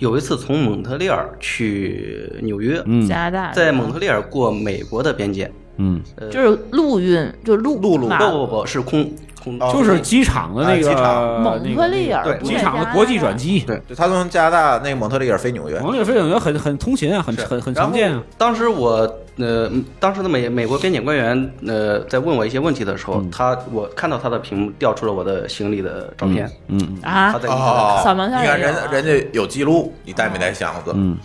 有一次从蒙特利尔去纽约，
嗯
加拿大
在蒙特利尔过美国的边界，
嗯，
就是陆运，就是陆
陆路
马
不不不是空空道，
就是机场的
啊
那
机
个
场
那
蒙
个
特利尔
对
不
机
在
场
加
的
拿
国际
大
转机。
对
对他从加拿大那个蒙特利尔飞纽约，
蒙特利尔飞影很很通勤啊，很很很常见啊
然后。当时我呃，当时的美美国边检官员呃，在问我一些问题的时候，
嗯
他我看到他的屏幕调出了我的行李的照片，
嗯
他
啊，
在
哦，
扫描一下
你看
也有
人
啊
人家有记录，你带没带箱子？
嗯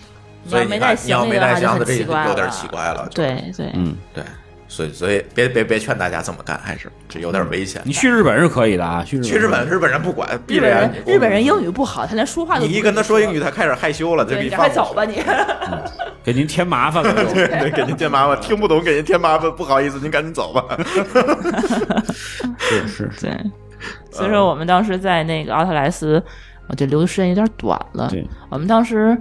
所以
你要
你
没带
看你要
行
没带箱子，
李的话就很
这就
奇怪了，
有点奇怪了。就
对对，
嗯，
对，所以所以别别别劝大家这么干，还是这有点危险。
嗯你去日本是可以的啊，去日
去日本，日本人不管，闭
日
着
本
眼
人
睛。
日本人英语不好，他连说话都
你
不
一跟他说英语，他开始害羞了，就
对，
给
你
你
赶快
放
走
走
吧你。
给您添麻烦
(laughs)
了就。
对，给您添麻烦，听不懂给您添麻烦，不好意思，您赶紧走吧。
是是，
(laughs) 对，
嗯
所以说我们当时在那个奥特莱斯，我觉得留的时间有点短了。
对，
我们当时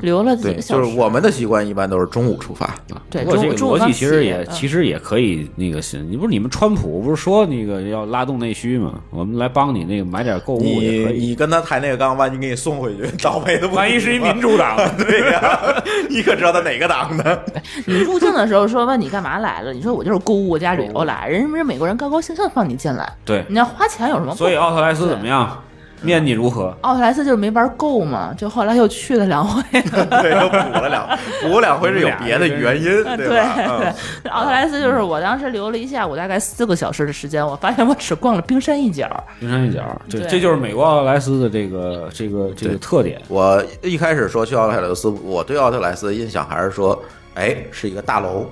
留了几
对，
个
就
小
是
时。
我们的习惯一般都是中午出发，
对，
不过
中
这
午
个
中午
逻
刚
辑其实
起
也
嗯
其实也可以那个行，你不是你们川普不是说那个要拉动内需吗？我们来帮你那个买点购物
你
也可以。
你跟他抬那个杠，万一给你送回去，倒霉的不。
万一是一民，主党，
(laughs) 对呀、你可知道他哪个党的？
你入境的时候说问你干嘛来了，你说我就是购物加旅游来，人家不是美国人高高兴兴放你进来，
对，
你要花钱有什么不好？
所以奥特莱斯怎么样？面积如何？
奥特莱斯就是没玩够嘛，就后来又去了两回。
(laughs) 对，又补了两补两回是有别的原因，
对
吧？嗯
对，奥特莱斯就是我当时留了一下午，大概四个小时的时间，我发现我只逛了冰山一角。
冰山一角，对，
对
这就是美国奥特莱斯的这个这个这个特点。
我一开始说去奥特莱斯，我对奥特莱斯的印象还是说，哎，是一个大楼、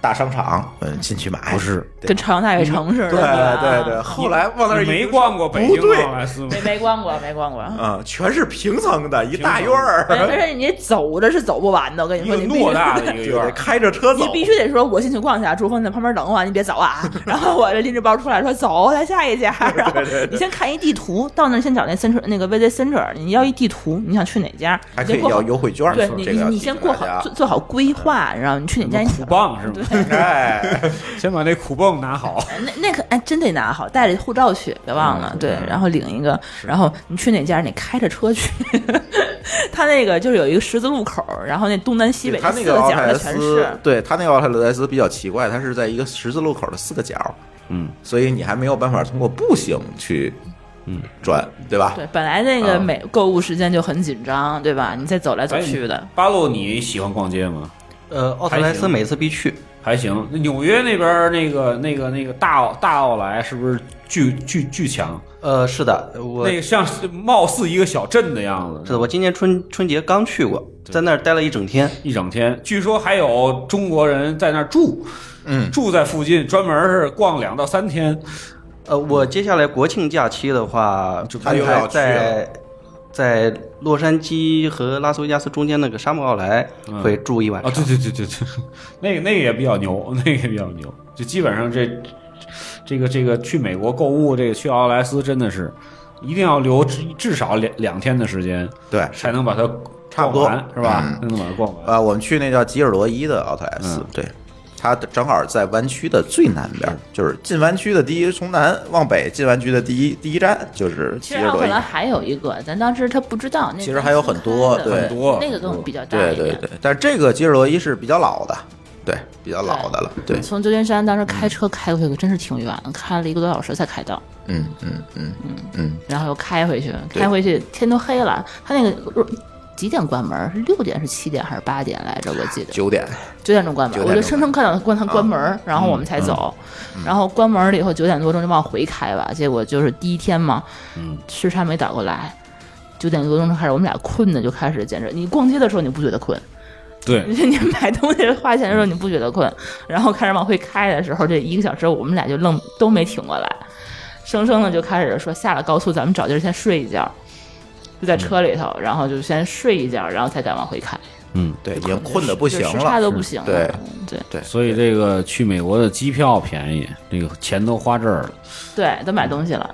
大商场，嗯，进去买不是，对
跟朝阳大悦城似的，啊
对
吧
对对，后来往那儿一
你没
停
逛过北京奥
不对
特，莱斯吗？
没没逛过，没逛过。
啊，全是平层的，一大院儿，
而且你走着是走不完的，我跟你
一
说，
个
你必须
偌大的一个
对
院
得
儿，
开着车
你
走，
必须得说，我进去逛一下，朱峰在旁边等我，你别走
(laughs)
啊。然后我这拎着包出来说，走，咱下一家。然后你先看一地图，到那儿先找那 center 那个 visit center，你要一地图，你想去哪家，
还可以
你先过
要
好
优惠券儿，
对
这
你
个
你
要
你
提
先
醒
过
大
好
家嗯
做做好规划，然后你去哪家你
苦棒是吗？
哎，
先把那苦泵拿好。
那那可哎，真得拿好，带着护照去，别忘
嗯
了。对，然后领一个，然后你去哪家，你开着车去。 (laughs) 他那个就是有一个十字路口，然后那东南西北
他
四
那
个
个奥
角
特莱
的全
斯
是。，
对他那个奥特莱斯比较奇怪，它是在一个十字路口的四个角，
嗯，
所以你还没有办法通过步行去，嗯，转，对吧？
对，本来那个
嗯
每购物时间就很紧张，对吧？你再走来
哎
走去的，
八路，你喜欢逛街吗？
呃，奥特莱斯每次必去，
还行。那纽约那边儿那个那个那个大奥大奥莱是不是巨巨巨强？
呃，是的，我
那个像是貌似一个小镇的样子，
是的，我今年春春节刚去过，在那儿待了一整天，
一整天。据说还有中国人在那儿住，
嗯
住在附近，专门是逛两到三天。
呃，我接下来国庆假期的话，就
他又要去
在在洛杉矶和拉斯维加斯中间那个沙漠奥莱
嗯
会住一晚
啊，
上。
对对对对对， (laughs) 那个那个也比较牛， (laughs) 那个也比较牛。就基本上这这个这个去美国购物，这个去奥莱斯真的是一定要留至至少两两天的时间，
对，呃
才能把它
哎差
逛
不多
完是吧？
嗯
才能把它逛完。
啊，我们去那叫吉尔罗伊的奥特莱斯，对，它的正好在湾区的最南边，就是进湾区的第一，从南往北进湾区的第一第一站就是
其
吉
实
尔
奥
德
克
伊
兰。还有一个，咱当时他不知道那个。
其实还有很多对
很多
那个更比较大
对
一点。
对对，但这个吉尔罗伊是比较老的，对，比较老的了，对，
从旧金山当时开车开过去，可真是挺远的，开了一个多小时才开到，
嗯嗯嗯嗯
然后又开回去，
对
开回去天都黑了。他那个路几点关门？是六点是七点还是八点来着？我记得
嗯，九点，
九点钟关门，
9点
我
钟啊
就生生看到他关他关门，然后我们才走。
嗯
然后关门了以后九点多钟就往回开吧，结果就是第一天嘛，
嗯
时差没倒过来。九点多钟开始，我们俩困的就开始，简直你逛街的时候你不觉得困，
对，
(laughs) 你买东西花钱的时候你不觉得困，然后开始往回开的时候，这一个小时我们俩就愣都没挺过来，生生的就开始说下了高速咱们找地儿先睡一觉，就在车里头，
嗯
然后就先睡一觉，然后才敢往回开，
对，已经困得不行
就时差
了，
都不行了，嗯
对
对
对，
所以这个去美国的机票便宜，这个钱都花这儿了。
对，都买东西了，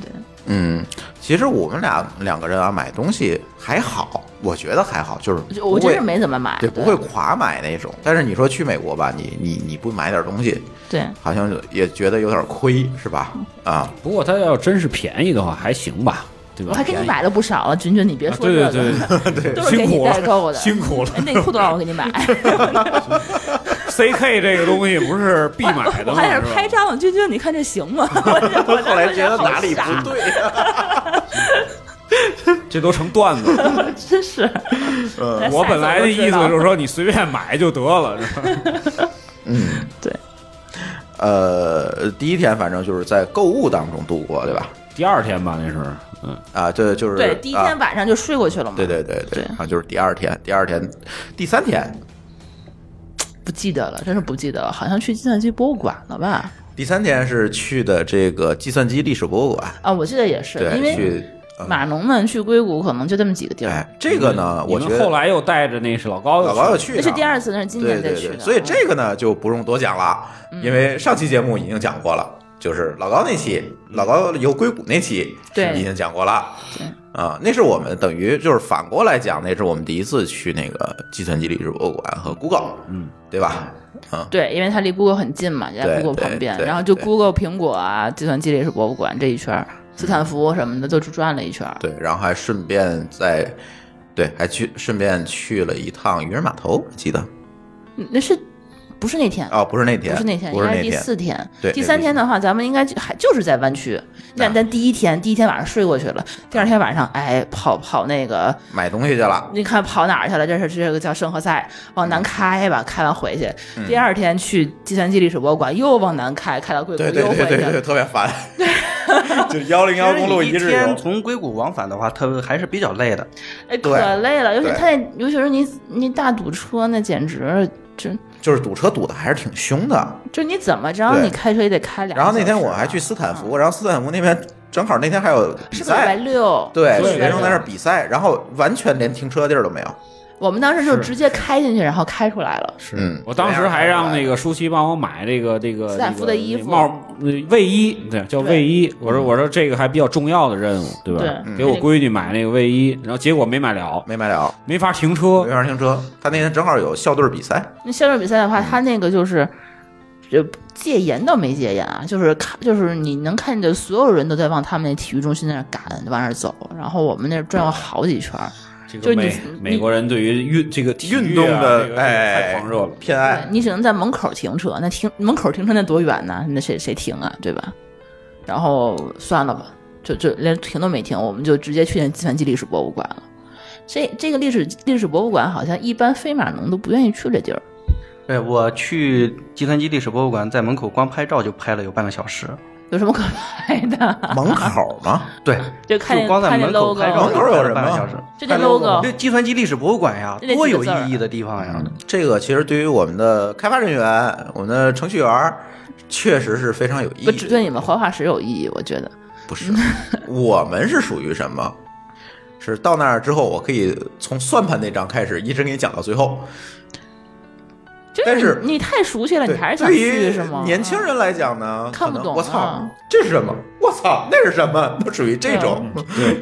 对，
嗯，其实我们俩两个人啊，买东西还好，我觉得还好，就是
就我
不会
真是没怎么买，
对不
对，
会垮买那种。但是你说去美国吧，你你你不买点东西，
对
好像也觉得有点亏，是吧？啊，
不过它要真是便宜的话，还行吧，对吧？
我还给你买了不少了，君君，你别
啊
说这
对
个，
对对对，
都是给
辛
你
苦
代
了， (laughs)
购的，
辛苦了。
哎内裤都让我给你买，
CK 这个东西不是必买的吗？
我还在
是
这
吧
拍照呢，君君，你看这行吗？我这我
(laughs) 后来
当时
觉得
好
哪里
傻
不对啊、
这都成段子了。
真是，
呃我本来的意思就是说，你随便买就得了。是吧
嗯，
对。
(laughs) 呃，第一天反正就是在购物当中度过，对吧？
第二天吧，那是，嗯，
啊，对，就是
对，第一
啊
天晚上就睡过去了嘛，
对对对对，
对
啊，就是第二天，第二天，第三天，
不记得了，真是不记得了，好像去计算机博物馆了吧？
第三天是去的这个计算机历史博物馆，
啊，我记得也是，因
对，
为
去。嗯
码农们去硅谷可能就这么几个地儿，
哎，这个呢，
你
我觉
们
得
后来又带着那是老高又
老
去
高要
了
去啊呢，
那是第二次，那是今
对
年再
对
去
对，
的，
所以
嗯
这个呢就不用多讲了，因为上期节目已经讲过了，就是老高那期，老高游硅谷那期，
对
已经讲过了，
对
啊，那是我们等于就是反过来讲，那是我们第一次去那个计算机历史博物馆和 Google，嗯，对吧？嗯，
对，因为它离 Google 很近嘛，就在
对
Google
对
旁边，
对
然后就
对
Google、苹果啊、计算机历史博物馆这一圈儿，斯坦福什么的都转了一圈儿。
对，然后还顺便在。对，还去顺便去了一趟渔人码头，我记得
嗯那是不是那天？
哦，不是那天，
不是那天，
不
应
是
该是
那
第
天，
四天。
对
第三天的话，咱们应该就还就是在湾区。但
啊
但第一天，第一天晚上睡过去了，第二天晚上，哎，跑跑那个，
买东西去了，
你看跑哪儿去了？这是这个叫圣何塞，
嗯
往南开吧，开完回去。第二天去计算机历史博物馆，又往南开，开到硅谷
对对
又回
对对对，
去。
特别烦， (laughs)
(laughs)
就幺零幺公路
其实你
日
一
游
天，从硅谷往返的话，特别还是比较累的。
哎，
对
可累了，尤其
对
他那，尤其是你你大堵车，那简直就
就是堵车堵的还是挺凶的。
就你怎么着，
对
你开车也得开两个
然
小
后
时啊。嗯
那天我还去斯坦福，然后斯坦福那边正好那天还有比
是不是礼拜
赛，
六？
对，
对
学生在那儿比赛，然后完全连停车的地儿都没有。
我们当时就是直接开进去，然后开出来了。
嗯
我当
啊
时还让那个舒淇帮我买这个这个
斯坦福的衣服
这个帽呃卫衣，对，叫卫衣。我
嗯
说我说这个还比较重要的任务，对吧？
对嗯
给我闺女买那个卫衣，然后结果没买了，
没买了，
没法停
没
车。
法停车。他那天正好有校队比赛，
那销售比赛的
嗯
话，他那个就是，就戒严倒没戒严啊，就是看，就是你能看见所有人都在往他们那体育中心那儿赶，往那儿走，然后我们那儿转悠好几圈儿。
这
就
个
你
美
你
美国人对于运这个体育啊
运动
这
的
个太
哎，
狂热了。
偏
对
爱。
你只能在门口停车，那停门口停车那多远呢？那谁谁停啊，对吧？然后算了吧，就就连停都没停，我们就直接去那计算机历史博物馆了。这这个历史历史博物馆好像一般非码农都不愿意去这地儿，
对我去计算机历史博物馆，在门口光拍照就拍了有半个小时。
有什么可拍的？
门口吗？
对，
嗯就看见
光在
看见
门口
logo，
拍照
门
就
口
拍
有
了
人
半个
吗
小时。
就那 logo，
这计算机历史博物馆呀
就这，几个
多有
字儿啊
意义的地方呀！
嗯这个其实对于我们的开发人员、我们的程序员，确实是非常有意
不只
义。
对你们活化石有意义，我觉得。
不是，我们是属于什么？是到那儿之后，我可以从算盘那章开始，一直给你讲到最后。
就
但是
你你太熟悉了，你
对，
还是想
对于
去是吗？
年轻人来讲呢，
看不
可能 (laughs)
懂啊
我操，这是什么？我操，那是什么？都属于这种。
对，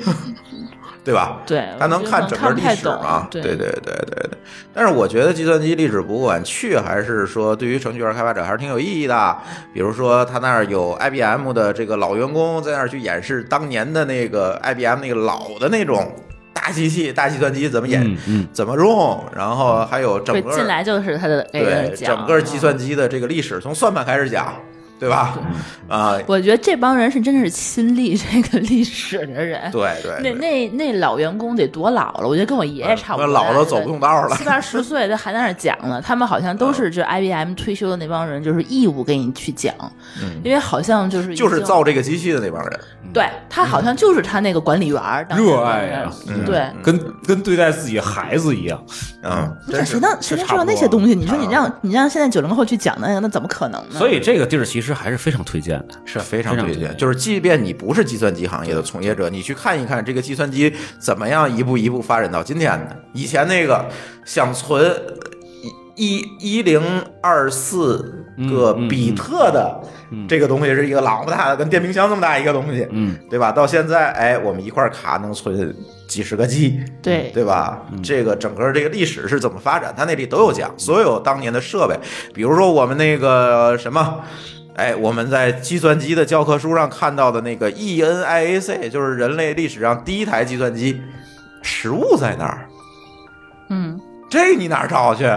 对吧？
对，
他能
啊我觉得
看整个历
太
史
懂
嘛？
对
对对对对对。但是我觉得计算机历史博物馆去还是说对于程序员开发者还是挺有意义的。比如说他那儿有 IBM 的这个老员工在那儿去演示当年的那个 IBM 那个老的那种大机器、大计算机怎么演、
嗯嗯，
怎么用，然后还有整
对，
个
进来就是他的给
对
人讲嗯
整个计。算机的这个历史，从算盘开始讲，对吧？
嗯
啊、
我觉得这帮人是真是亲历这个历史的人。
对对，
那
对嗯
那那老员工得多老了？我觉得跟我爷爷差不多，
老了走不动道了
七。八十岁的还在那儿讲
(laughs)
呢。他们好像都是这 IBM 退休的那帮人，就是义务给你去讲，因为好像就是
嗯就
已
是
经
造这个机器的那帮人，
对他好像就是他那个管理员儿当时
热爱啊呀
那个对。
跟跟对待自己孩子一样，
嗯，
你
真是
想谁能谁能知道那些东西？你说你让你让现在九零后去讲那个，那怎么可能呢？
所以这个地儿其实还是非常推荐的。
是非常
非常
推
推
荐。
荐
就是即便你不是计算机行业的从业者，你去看一看这个计算机怎么样一步一步发展到今天的。以前那个想存一一零二四个
嗯嗯
比特的这个东西是一个老么大的，跟电冰箱那么大一个东西，
嗯，
对吧？到现在，哎，我们一块卡能存几十个 G，
嗯
对
对吧？这个整个这个历史是怎么发展，它那里都有讲，所有当年的设备，比如说我们那个什么。哎，我们在计算机的教科书上看到的那个 E ENIAC，就是人类历史上第一台计算机，实物在那儿，
嗯，
这你哪儿找去？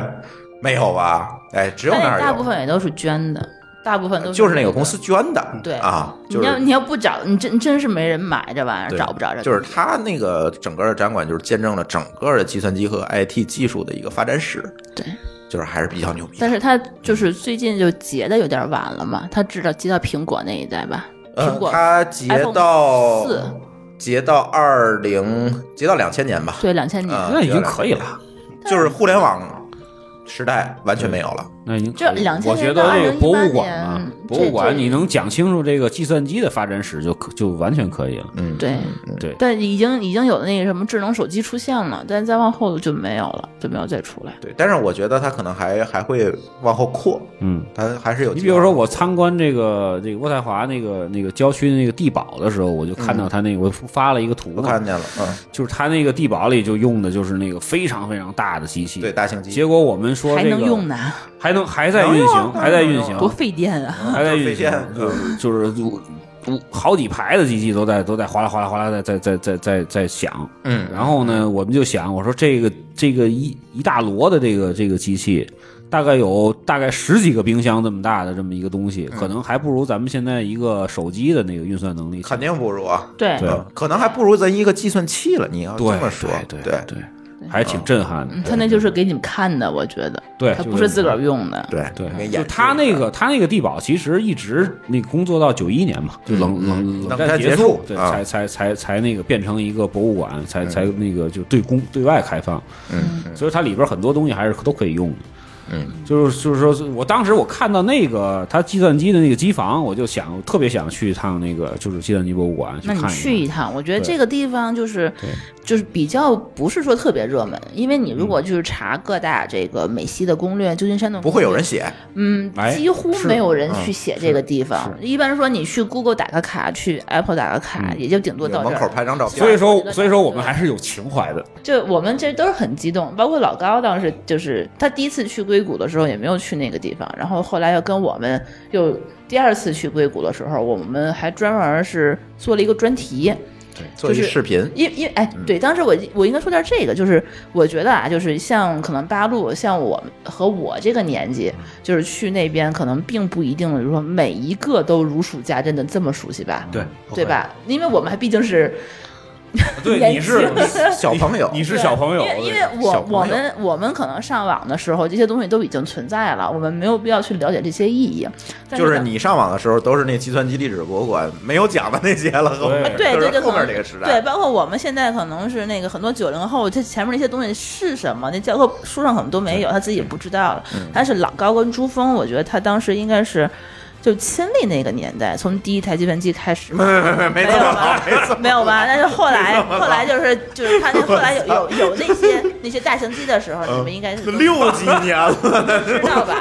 没有吧？哎，只有
但
那儿
大部
有，
分也都是捐的，大部分都
就是那个公司捐的，
对
啊，就
你要
是
你要不找，你真真是没人买这玩意儿，
对
找不着这。
就是它那个整个的展馆，就是见证了整个的计算机和 IT 技术的一个发展史。
对，
就是还是比较牛逼的。
但是他就是最近就结的有点晚了嘛，他知道接到苹果那一代吧？苹
呃，
果
它截到
iPhone 四
截到二零，截到两千年吧，
对两千年，
啊
嗯那已经可以了，
就是互联网时代完全没有了。
那已经可以
这
了
2000
我觉得这个博物馆
到2018
嘛
年，嗯
博物
这
馆
这
你能讲清楚这个计算机的发展史就可就完全可以了。
嗯，
对
对
但已经已经有那个什么智能手机出现了，但再往后就没有了，就没有再出来。
对，但是我觉得它可能还还会往后扩，
嗯，
它还是有
你
计划
比
的。
如说我参观这个这个渥太华那个那个郊区的那个地堡的时候，我就看到他那个我发了一个图
嗯我
嘛
看，见了，嗯，
就是他那个地堡里就用的就是那个非常非常大的机器，
对，。大型机
结果我们说
还
这个啊
能用呢，
还能还在运行，还在运行，
多费电啊！
还在运
嗯飞
行
天，
就是就是五五好几排的机器都在都在哗啦哗啦哗啦在在在在在在响。
嗯，
然后呢，我们就想，我说这个这个一一大摞的这个这个机器，大概有大概十几个冰箱这么大的这么一个东
嗯
西，可能还不如咱们现在一个手机的那个运算能力强。
肯定不如啊，
对
对
嗯可能还不如咱一个计算器了。你要这
对
么说，
对对，还挺震撼的。
嗯他那就是给你们看的，我觉得，
对
他
就
不
是
是自个儿用的。
对
对
给，
就
演
他
示一
那
啊
下
个他那个地堡，其实一直那个工作到九一年嘛，就冷
嗯
冷
嗯
冷
冷
战
战结
束
束，
对，
啊
才才才才那个变成一个博物馆，才才那个就对公对外开放，
嗯，
所以它里边很多东西还是都可以用的。
嗯，
就是就是说，我当时我看到那个他计算机的那个机房，我就想，我特别想去一趟那个就是计算机博物馆去
那
看
你去一
一
趟，我觉得
对
这个地方就是
对，
就是比较不是说特别热门，因为你如果就是查各大这个美西的攻略，旧金山的
嗯不
攻
会有
略
人写，
嗯
哎，
几乎
是
没有人
嗯
去写这个地方。一般说你去 Google 打个卡，去 Apple 打个卡，也就顶多到这
嗯门口
儿。
拍张照
趟。所以
片。
说，所以说我们还是有情怀
(laughs)
的。
就我们这都是很激动，包括老高当时就是他第一次去硅谷的时候也没有去那个地方，然后后来又跟我们又第二次去硅谷的时候，我们还专门是做了一个专题。
做一
就是
(laughs)
视频，
因因哎，
嗯
对，当时我我应该说点这个，就是我觉得啊，就是像可能八路，像我和我这个年纪，
嗯
就是去那边可能并不一定，比如说每一个都如数家珍的这么熟悉吧，
对
对？吧？因为我们还毕竟是
对，你是
小朋友
你是小朋友，
因为因
对
为
小
我
朋友
我们我们可能上网的时候，这些东西都已经存在了，我们没有必要去了解这些意义。但
就是
呢
你上网的时候都是那计算机历史博物馆没有讲的那些了，后面
对
就
对
是
对，
后
可
面
能
这个时
对，
代。
包括我们现在可能是那个很多九零后，他前面那些东西是什么，那教科
嗯
书上可能都没有，他自己也不知道了。但是老高跟朱峰，我觉得他当时应该是。就亲历那个年代，从第一台计算机开始嘛。
(laughs)
没嗯没
没有吧？没有吧？但是后来，后来就是就是他那后来有有有那些那些大型机的时候，你们应该是
嗯六几
(laughs)
年了，
知
(laughs)
道吧？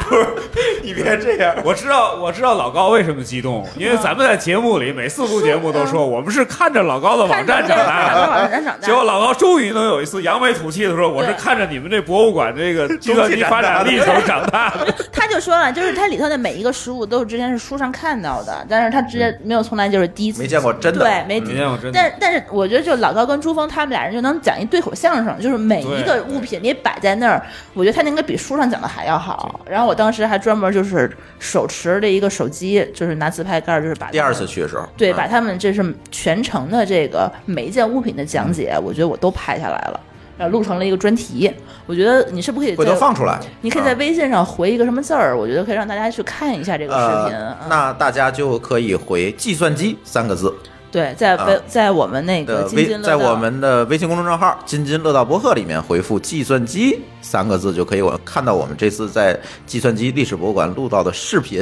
你别这样。
我知道，我知道老高为什么激 (laughs) 动，因为咱们在节目里每四录节目都说，我们是嗯看着老高的网站长大
看着
的。
网站长大
结果老高终于能有一次扬眉吐气的说：“我是
对
看着你们这博物馆这 (laughs) 个计算机发展历程长大
(laughs)
的。
他就说了，就是它里头的每一个实物都是之前是书上看到的，但是他直接没有从来就是第一
嗯
次
没见过真的
对，没”
你嗯见我真的
但但是我觉得，就老高跟朱峰他们俩人就能讲一对口相声，就是每一
对
个物品你摆在那儿，我觉得他那个比书上讲的还要好。然后我当时还专门就是手持着一个手机，就是拿自拍杆儿，就是把
第二次去的时候，
对，
嗯
把他们这是全程的这个每一件物品的
嗯
讲解，我觉得我都拍下来了。然后录成了一个专题，我觉得你是不是可以
回头
在
放出来。
你可以
啊
在微信上回一个什么字儿，我觉得可以让大家去看一下这个视频。
呃
嗯，
那大家就可以回“计算机”三个字
对，在微、
啊
在我们那个
的
津津
微，
乐道，
在我们的微信公众账号“津津乐道播客”里面回复“计算机”三个字，就可以我看到我们这次在计算机历史博物馆录到的视频。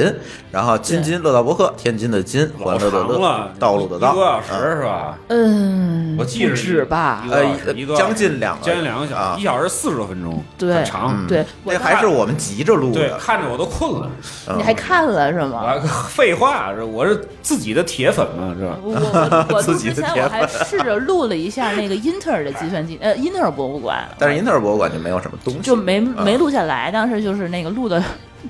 然后“津津乐道播客”，天津的津，
老
欢乐的
长
乐
了，，
道路的
一个多
道
小，时是吧？
嗯，
我记着
不止吧
一个
呃
多小时，一个，
将近两个，
将近两个小
啊
时，一小时四十多分钟，
对
很长。
对，我
那还是我们急着录
对，
的。
看着我都困了。
嗯
你还看了是吗？
我废话，是我是自己的铁粉嘛，是吧？
我我我
自
录
己
之
的
前
天
我还试着录了一下那个英特尔的计算机，呃，英特尔博物馆，
(laughs) 但是英特尔博物馆就没有什么东西，
就没
啊
没录下来。当时就是那个录的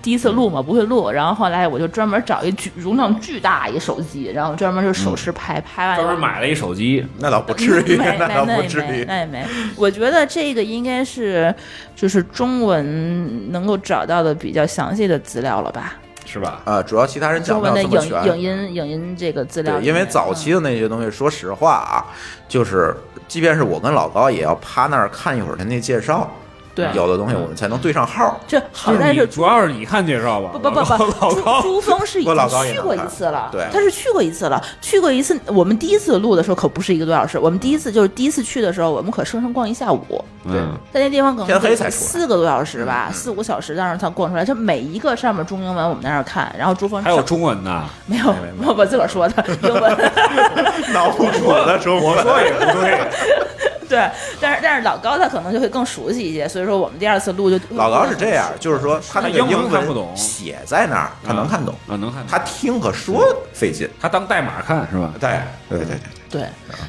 第一次录嘛，不会录，然后后来我就专门找一巨容量巨大一手机，然后专门就手持拍，拍完
专门
了
买了一手机，
那倒不至于， (laughs)
没没
那倒
那
不
也
至
没
于。
那也没。我觉得这个应该是就是中文能够找到的比较详细的资料了吧？
是吧？
啊，主要其他人讲
中
不
文
了
的
这么
影影
全。
音影音这个资料
对，
里面，啊
因为早期的那些东西，说实话啊，就是即便是我跟老高也要趴那儿看一会儿他那介绍，
对
有的东西我们才能对上号。
这好在是
你主要是你看介绍吧，
不不不
老高
不，
老
朱
高
朱峰是已
不老高
经
也
去
能
过一
看
次了，
对
他是去过一次了，去过一次。我们第一次录的时候可不是一个多小时，我们第一次就是第一次去的时候，我们可生生逛一下午，
嗯，
在那地方可能
天黑才出来嗯
四个多小时吧，四五个小时，但是他逛出来，这每一个上面中英文我们在那儿看，然后朱峰
还有
上
中文的，
没有，我我自个儿说
(laughs)
的英文。
(laughs) 脑补我的中
我说也不对，
对，但是但是老高他可能就会更熟悉一些，所以说我们第二次录就
老高是这样，就是说他那个
他英文
英
看不懂
文写在那儿，他能看懂，
(laughs) 啊，能看
他
他
听和说费劲。
他当代码看是吧？
对对对对，
对，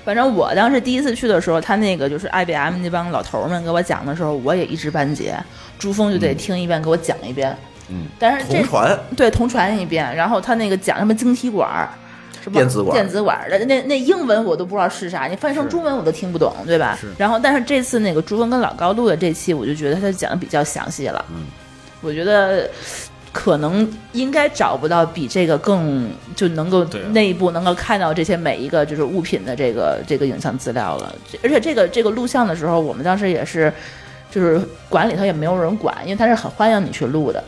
反正我当时第一次去的时候，他那个就是 IBM 那帮老头儿们给我讲的时候，我也一知半解，朱峰就得听一遍给我讲一遍，
嗯，
但是这
同传
对同传一遍，然后他那个讲什么晶体管儿。什么
电子管儿
电子管儿的那那英文我都不知道是啥，你翻译成中文我都听不懂，对吧？然后，但是这次那个朱峰跟老高录的这期，我就觉得他讲的比较详细了。嗯，我觉得可能应该找不到比这个更就能够
对啊
内部能够看到这些每一个就是物品的这个这个影像资料了。这而且这个这个录像的时候，我们当时也是，就是馆里头也没有人管，因为他是很欢迎你去录的。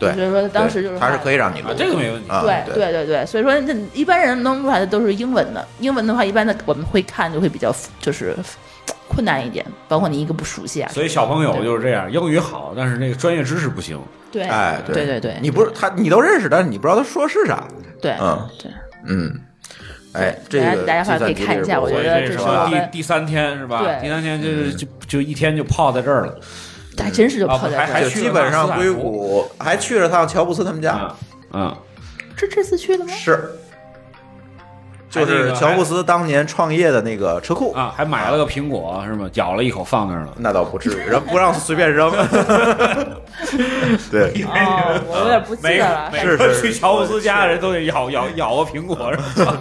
对
所以说当时就是
他是可以让你
啊
录，，
这个没问题。
啊
对
对
对对对，所以说这一般人能录出来的都是英文的，英文的话一般的我们会看就会比较就是困难一点，包括你一个不熟悉啊。
所以小朋友就是这样，英语好，但是那个专业知识不行。
对，
哎
对对对，
你不是他，你都认识，但是你不知道他说是啥。
对
嗯
对，
嗯，哎，这
大家
个
大家
计算
可以
机
看一下
这个
我觉
博物
得
馆
这
是
是
吧
我
第
们
第三天是吧？
对
第三天就是就就一天就泡在这儿了。
还真是就
啊
泡在
还
这
还
儿
就
了。
去
基
了
本
趟斯
上
坦
硅
福
谷还去了趟乔布斯他们家
嗯，嗯，
这这次去了吗？
是，
还
就
那个
是乔布斯当年创业的那个车库
啊，还买了个苹果是吗？咬了一口放那儿了。
那倒不至于，人不让随便扔。对，
哦，我有点不记
每
得了。
每
是
个
是
去
是
乔布斯家的人都得 (laughs) 咬咬咬个苹果是吧？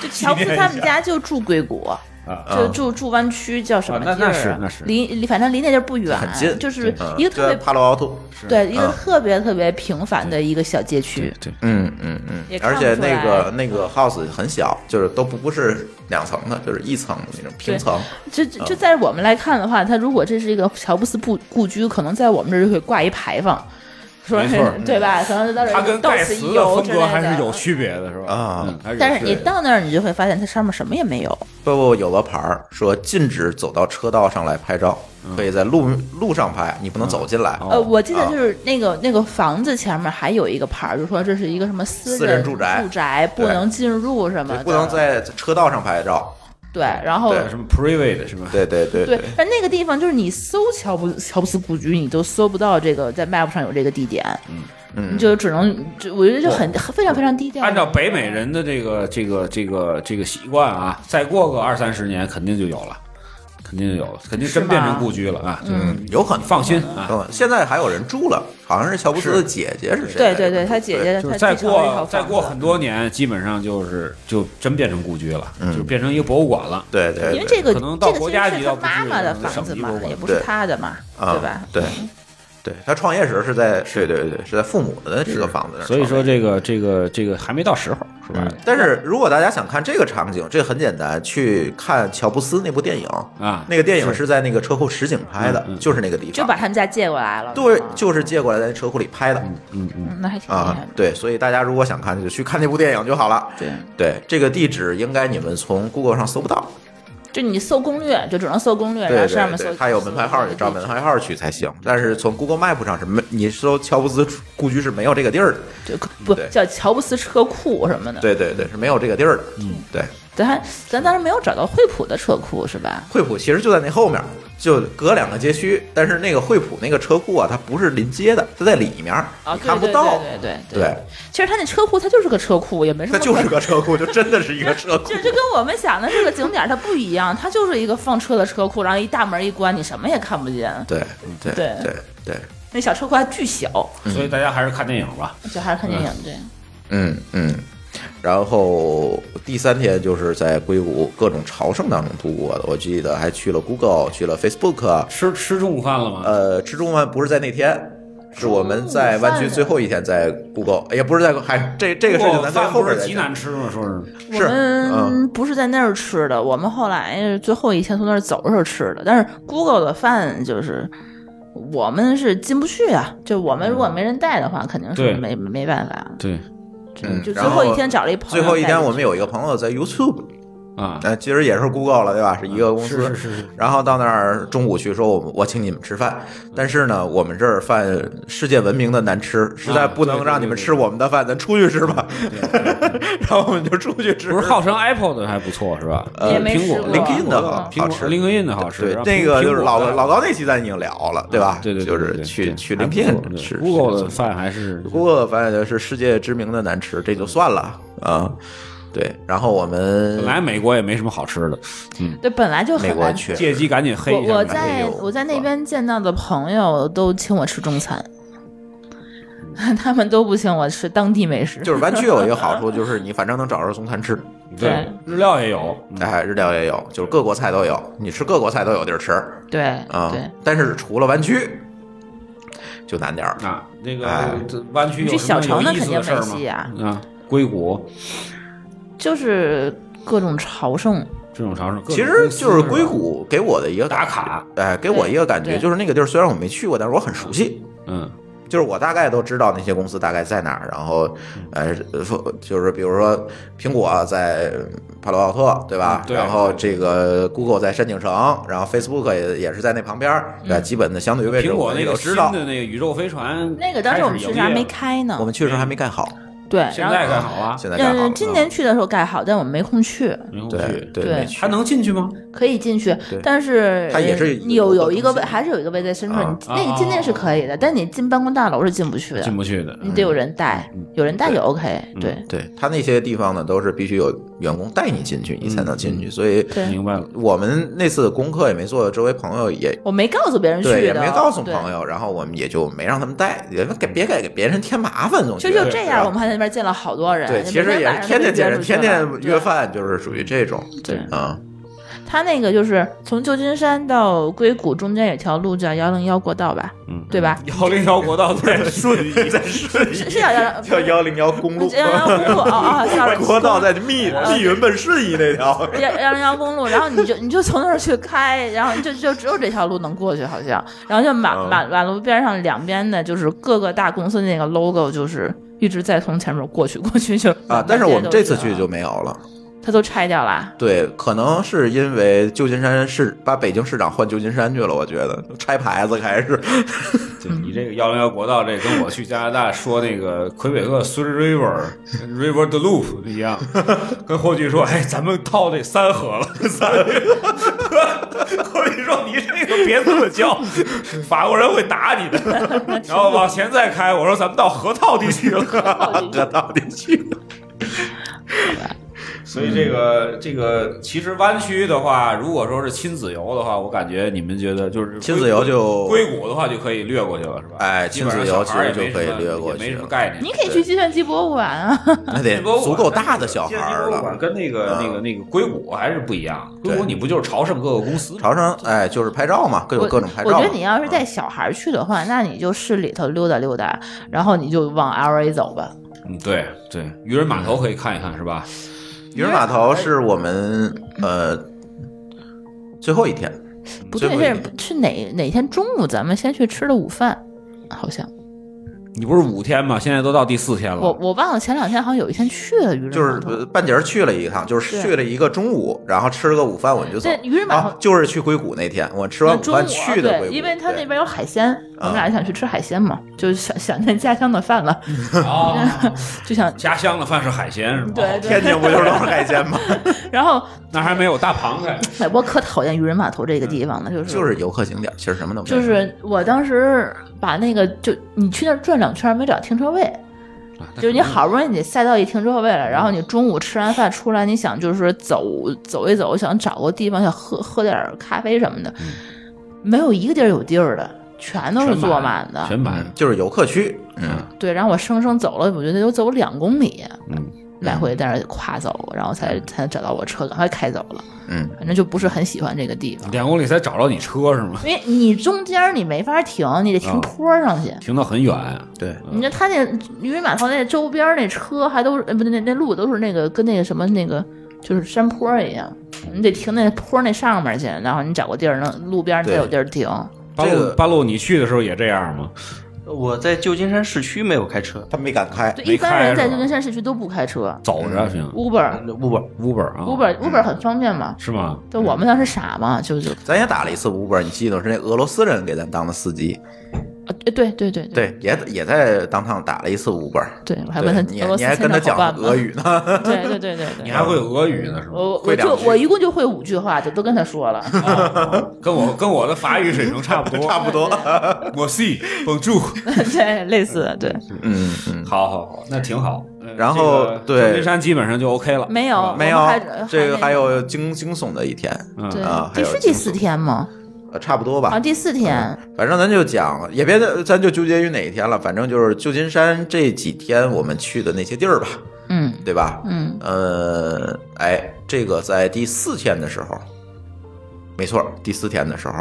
就乔布斯他们家就住硅谷，
啊
嗯
就住住湾区，叫什么
啊
地
那那
儿啊？
是那是
离离反正离那地儿不远
很近，
就是
嗯
一个特
就
别
帕罗奥图，
对一个
啊
嗯
特别特别平凡的一个小街区。
对，
嗯嗯嗯
也，看
而
不出
且
来
那个那个 house 很小，就是都不不是两层的，就是一层的那种平层，
就
啊
就就在我们来看的话，它如果这是一个乔布斯故故居，可能在我们这儿就会挂一牌坊，说
没
是
错嗯
对吧？可能就到这
它
儿
跟
到
盖
此
茨
一
的
游
风
之类
格还是
的
有区别的，是吧？
啊
嗯，还是有哦
但是
区
你
别
到那儿，你就会发现它上面什么也没有。
不不，有个牌儿说禁止走到车道上来拍照，可以在路路上拍，你不能走进来。
嗯哦
呃，我记得
啊
就是那个那个房子前面还有一个牌儿，就说这是一个什么私
私人住宅
住宅不
对
能进入什么
对
的，
不能在车道上拍照。
对，然后
对
哦什么 private 是吧？
对对对
对，但那个地方就是你搜乔布乔布斯布局，你都搜不到这个在 map 上有这个地点，你
嗯，
就只能就我觉得就很非常非常低调。嗯
按照北美人的这个这个这个这个习惯啊，再过个二三十年肯定就有了，肯定就有了，肯定
是
真
吗
变成故居了啊！嗯，
有可能。
放心啊，
嗯，现在还有人住了，好像是乔布斯的姐姐是谁来
对
着？
对对，他姐姐
就
他
是再
继承了一套
过
房
再过
子
很多年，基本上就是就真变成故居了，
嗯
就变成一个博物馆了。
对对对，
因为这个
可能到
这个
国
其
家
实
级
是
倒
他
不
妈
至于
妈的
可能
房
省
子
级
嘛
博物，馆
也不是
对
他的嘛，
啊
对吧？
对。对他创业时是在对对对是在父母的这个房子上，嗯
所以说这个嗯这个这个还没到时候，是吧？
但是如果大家想看这个场景，这很简单，去看乔布斯那部电影
啊嗯
那个电影是在那个车库实景拍的，就是那个地方，
就把他们家借过来了，
对
是吗，
就是借过来在车库里拍的
嗯那还挺厉
啊
害的。，
对，所以大家如果想看就去看那部电影就好了。
对，
对，这个地址应该你们从 Google 上搜不到，
就你搜攻略，就只能搜攻略，然
对
后上面
对
搜
对，，它有门牌号，你照门牌号去才行。但是从 Google Map 上是没，你搜乔布斯故居是没有这个地儿的，
就不
对
叫乔布斯车库什么的。
对对对，是没有这个地儿的。嗯，对，
咱还咱当时没有找到惠普的车库是吧？
惠普其实就在那后面，就隔两个街区，但是那个惠普那个车库啊，它不是临街的，它在里面，
啊，
你
对
看不到。
对对对
对，
其实他那车库，他就是个车库，也没什
它
么。
就是个车库，就真的是一个车库
就。就跟我们想的这个景点儿它不一样，它就是一个放车的车库，然后一大门一关，你什么也看不见。
对对
对
对对，
那小车库还巨小，
所以大家还是看电影吧。
就还是看电影对。
嗯嗯。然后第三天就是在硅谷各种朝圣当中度过的，我记得还去了 Google，去了 Facebook，啊
吃吃中午饭了吗？
呃，吃中午饭不是在那天，是我们在湾区最后一天在 Google，也不是在，还这这个事情咱在
饭
后
不
边
是
再
极
讲。
难吃吗？说是
我
是，嗯，
们不是在那儿吃的，我们后来呃最后一天从那儿走的时候吃的。但是 Google 的饭就是我们是进不去啊，就我们如果没人带的话，肯定
对
是没没办法。
对
嗯
就最
然后
后一天找了一朋
最
友带着
后
去，
一天我们有一个朋友在 YouTube，
啊，
呃，其实也是 Google 了，对吧？是一个公司。
是是是是。
然后到那儿中午去说我我请你们吃饭，但是呢，我们这儿饭世界闻名的难吃，实在不能让你们吃我们的饭，咱出去吃吧。然后我们就出去吃。
不是号称 Apple 的还不错是吧？
呃
也没
苹
吃
果
过
林肯的
啊
好
苹
好
果
吃，
林肯印的好吃
对
然，后
那
苹
个
苹
就是
果
老
的啊
老高那期咱已经聊了，对吧？
对对，对
就是
对
去
对
去
还
林
不
肯
错对
吃。
Google 的饭还是
Google 反正就是世界知名的难吃，这就算了啊。对，然后我们
本来美国也没什么好吃的，
对本来就很
美国
难
去
借机赶紧黑
我
一下美
我
国
在
有
我在那边见到的朋友都请我吃中餐，他们都不请我吃当地美食，
就是湾区有一个好处，就是你反正能找着中餐吃，
对日料也有，
哎，日料也有，就是各国菜都有，你吃各国菜都有地儿吃
对
啊
对。。
但是除了湾区，就难点儿。
啊，那
哎
个这湾区有
你去
什么
小城
有
那
意
肯
思
定
的事
没
儿
戏
吗？
啊，
啊，硅谷
就是各种朝圣，
这种城市，各种
其实
公司
就是
吧
硅谷给我的一个
打
感觉，
卡，
哎，给我一个感觉
对
就是那个地儿虽然我没去过，但是我很熟悉。
嗯，
就是我大概都知道那些公司大概在哪儿，然后，
嗯
呃，就是比如说苹果在帕罗奥特，对吧？
嗯对
然后这个 Google 在山景城，然后 Facebook 也也是在那旁边儿，
嗯
对吧？基本的相对位置
苹
我
果
们
那
也都
个
知
新
道。
的那个宇宙飞船，
那个当时我们去时还没，开呢
我，们去的时候还没盖好，
对，
现
然
在
后
盖好啊了，
现在盖好了。
嗯，今年去的时候盖好，但我们没空去，
然后
对
去
对
对
没去
还能进去吗？
可以进去
对，
但是
它也是
呃
一个
有有
活动
一个位，
性
还是有一个位在深圳，
啊
你那个进那是可以的，但你进办公大楼是进不去的，
进不去的，
你
嗯
得有人带，有人带就 OK，对
对他那些地方呢，都是必须有员工带你进去，你才能进
嗯
去。所以
对
明白了。 (laughs)
我们那次功课也没做，周围朋友也
我没告诉别人去的，
对，也没告诉
对
朋。友，然后我们也就没让他们带，也给别给给别人添麻烦，总觉
就
得
就这
是吧
样，我们还在那边见了好多人。
对，
就
其
每
实
天
也
晚
是
上
天天
都被
见
约
人，
出去
天天
了
约。
对
饭，就是属于这种，
对
啊，
他它那个就是从旧金山到硅谷中间有条路叫幺零幺国道吧，
嗯
对吧？
幺零幺国道
(laughs)
在顺义，
(laughs) 在 (laughs) 顺义
是啊
嗯 (laughs)
是叫幺
叫幺零幺公路，
幺零
(laughs)
幺公路哦哦，sorry，
国道在密
啊
密云奔顺义那条。
幺幺零幺公路，然后你就你就从那儿去开，然后就就只有这条路能过去，好像，然后就马
嗯
马马路边上两边的，就是各个大公司那个 logo，就是一直在从前面过去过去就
啊！但是我们这次去就没有了，
他都拆掉了，
对，可能是因为旧金山市把北京市长换旧金山去了，我觉得拆牌子开始，
就你这个幺零幺国道，这跟我去加拿大说那个魁北克 Three River (laughs) River the Loop 一样，跟霍炬说，哎，咱们套这三河 (laughs) 了，三河。霍炬说你这个别这么叫，法国人会打 (laughs) 你的。然后往前再开，我说咱们到河套地区了。 (laughs)
这到底去？
所以这个这个，其实湾区的话，如果说是亲子游的话，我感觉你们觉得就是
亲子游就
硅谷的话就可以略过去了，是吧？
哎
基本上
亲子游
小孩儿也
其实
没
就可以
什么
略过去
也没什么概念。
你可以去计算机博物馆啊，
那得足够大的小孩儿了。
跟那个那个那个硅谷还是不一样。硅谷
对
你不就是朝圣各个公司吗？
朝圣，哎，就是拍照嘛，各有
我
各种拍照
我
嘛。
觉得你要是带
嗯
小孩去的话，那你就市里头溜达溜达，然后你就往 L A 走吧。
嗯，对对，渔人码头可以看一看，是吧？
渔人码头是我们呃最后一天，
不
最
对，
后一
是
天
是哪哪天中午咱们先去吃的午饭，好像
你不是五天吗？现在都到第四天 (laughs)
我。我忘了前两天好像有一天去了渔人
就是
码头。
呃半截儿去了一趟，就是
对
去了一个中午，然后吃了个午饭我们就走
对。渔人码头嗯
啊就是去硅谷那天，我吃完午
中午啊
饭去的硅
对，
谷，
因为他
对啊
那边有海鲜，我们俩想去吃海鲜嘛，就想想念家乡的饭了，
啊，
就想
家乡的饭是海鲜是吗？
对
哦天津
对。
不就是
(laughs)
都是海鲜吗？ (laughs)
然后
那还没有大螃蟹。
哎，我可讨厌渔人码头这个地方了，就是
就是游客景点，其实什么都没有。
就是我当时把那个就你去那儿转两圈没找停车位，就是
嗯
你好不容易你塞到一停车位了，然后你中午吃完饭出来，你想就是说走走一走，想找个地方想喝喝点儿咖啡什么的，没有一个地儿有地儿的，全都是坐满的。
全满
嗯，就是游客区，嗯，
对，然后我生生走了，我觉得有走两公里，
嗯，
来回在那儿跨走，然后才才找到我车，赶快开走了。
嗯，
反正就不是很喜欢这个地方，
两公里才找着你车是吗？
因为你中间儿你没法停，你得停
啊
坡儿上去。
停到很远，
对，
你看他那渔人码头那周边那车还都是，呃不对，那那路都是那个跟那个什么那个就是山坡一样，你得停那坡那上面去，然后你找个地儿能路边儿你才有地儿停。
八
这
路
个
八路，你去的时候也这样吗？
我在旧金山市区没有开车
他们没敢开，
对，
没
一般
开
人在
是吧
旧金山市区都不开车
走着行
，Uber
，Uber，
，Uber
哦
啊
Uber Uber 很方便嘛。
是吗？
就我们当时傻嘛，就就
咱也打了一次 Uber，你记得是那俄罗斯人给咱当的司机，
呃对对对对
对，也也在当趟打了一次 Uber，
对，我还问
对，
他
你
俄罗斯
你还跟他
签
讲
证好办吗
俄？语
(laughs)
呢，
对对对
(laughs)
对
你
对。
还会俄语呢是吗？
我
会
我
两
就
句
我一共就会五句话，就都跟他说了。 (laughs)
跟我跟我的法语水平差不多，
(laughs) 差不多，
(laughs) 我 C 绷住。
对，类似的，对，
嗯嗯。
好好好，那挺好。呃
然
这
后
个
对
旧金山基本上就 OK 了。
没有
没
我
有
们还，
这个
还
还
那
有惊惊悚的一天，
嗯
对
啊，还
第
有
是
惊
第
悚
四天吗？
呃，差不多吧
啊，。第四天，
反正咱就讲，也别咱就纠结于哪一天了。反正就是旧金山这几天我们去的那些地儿吧，
嗯
对吧？
嗯，
呃，哎，这个在第四天的时候，没错，第四天的时候，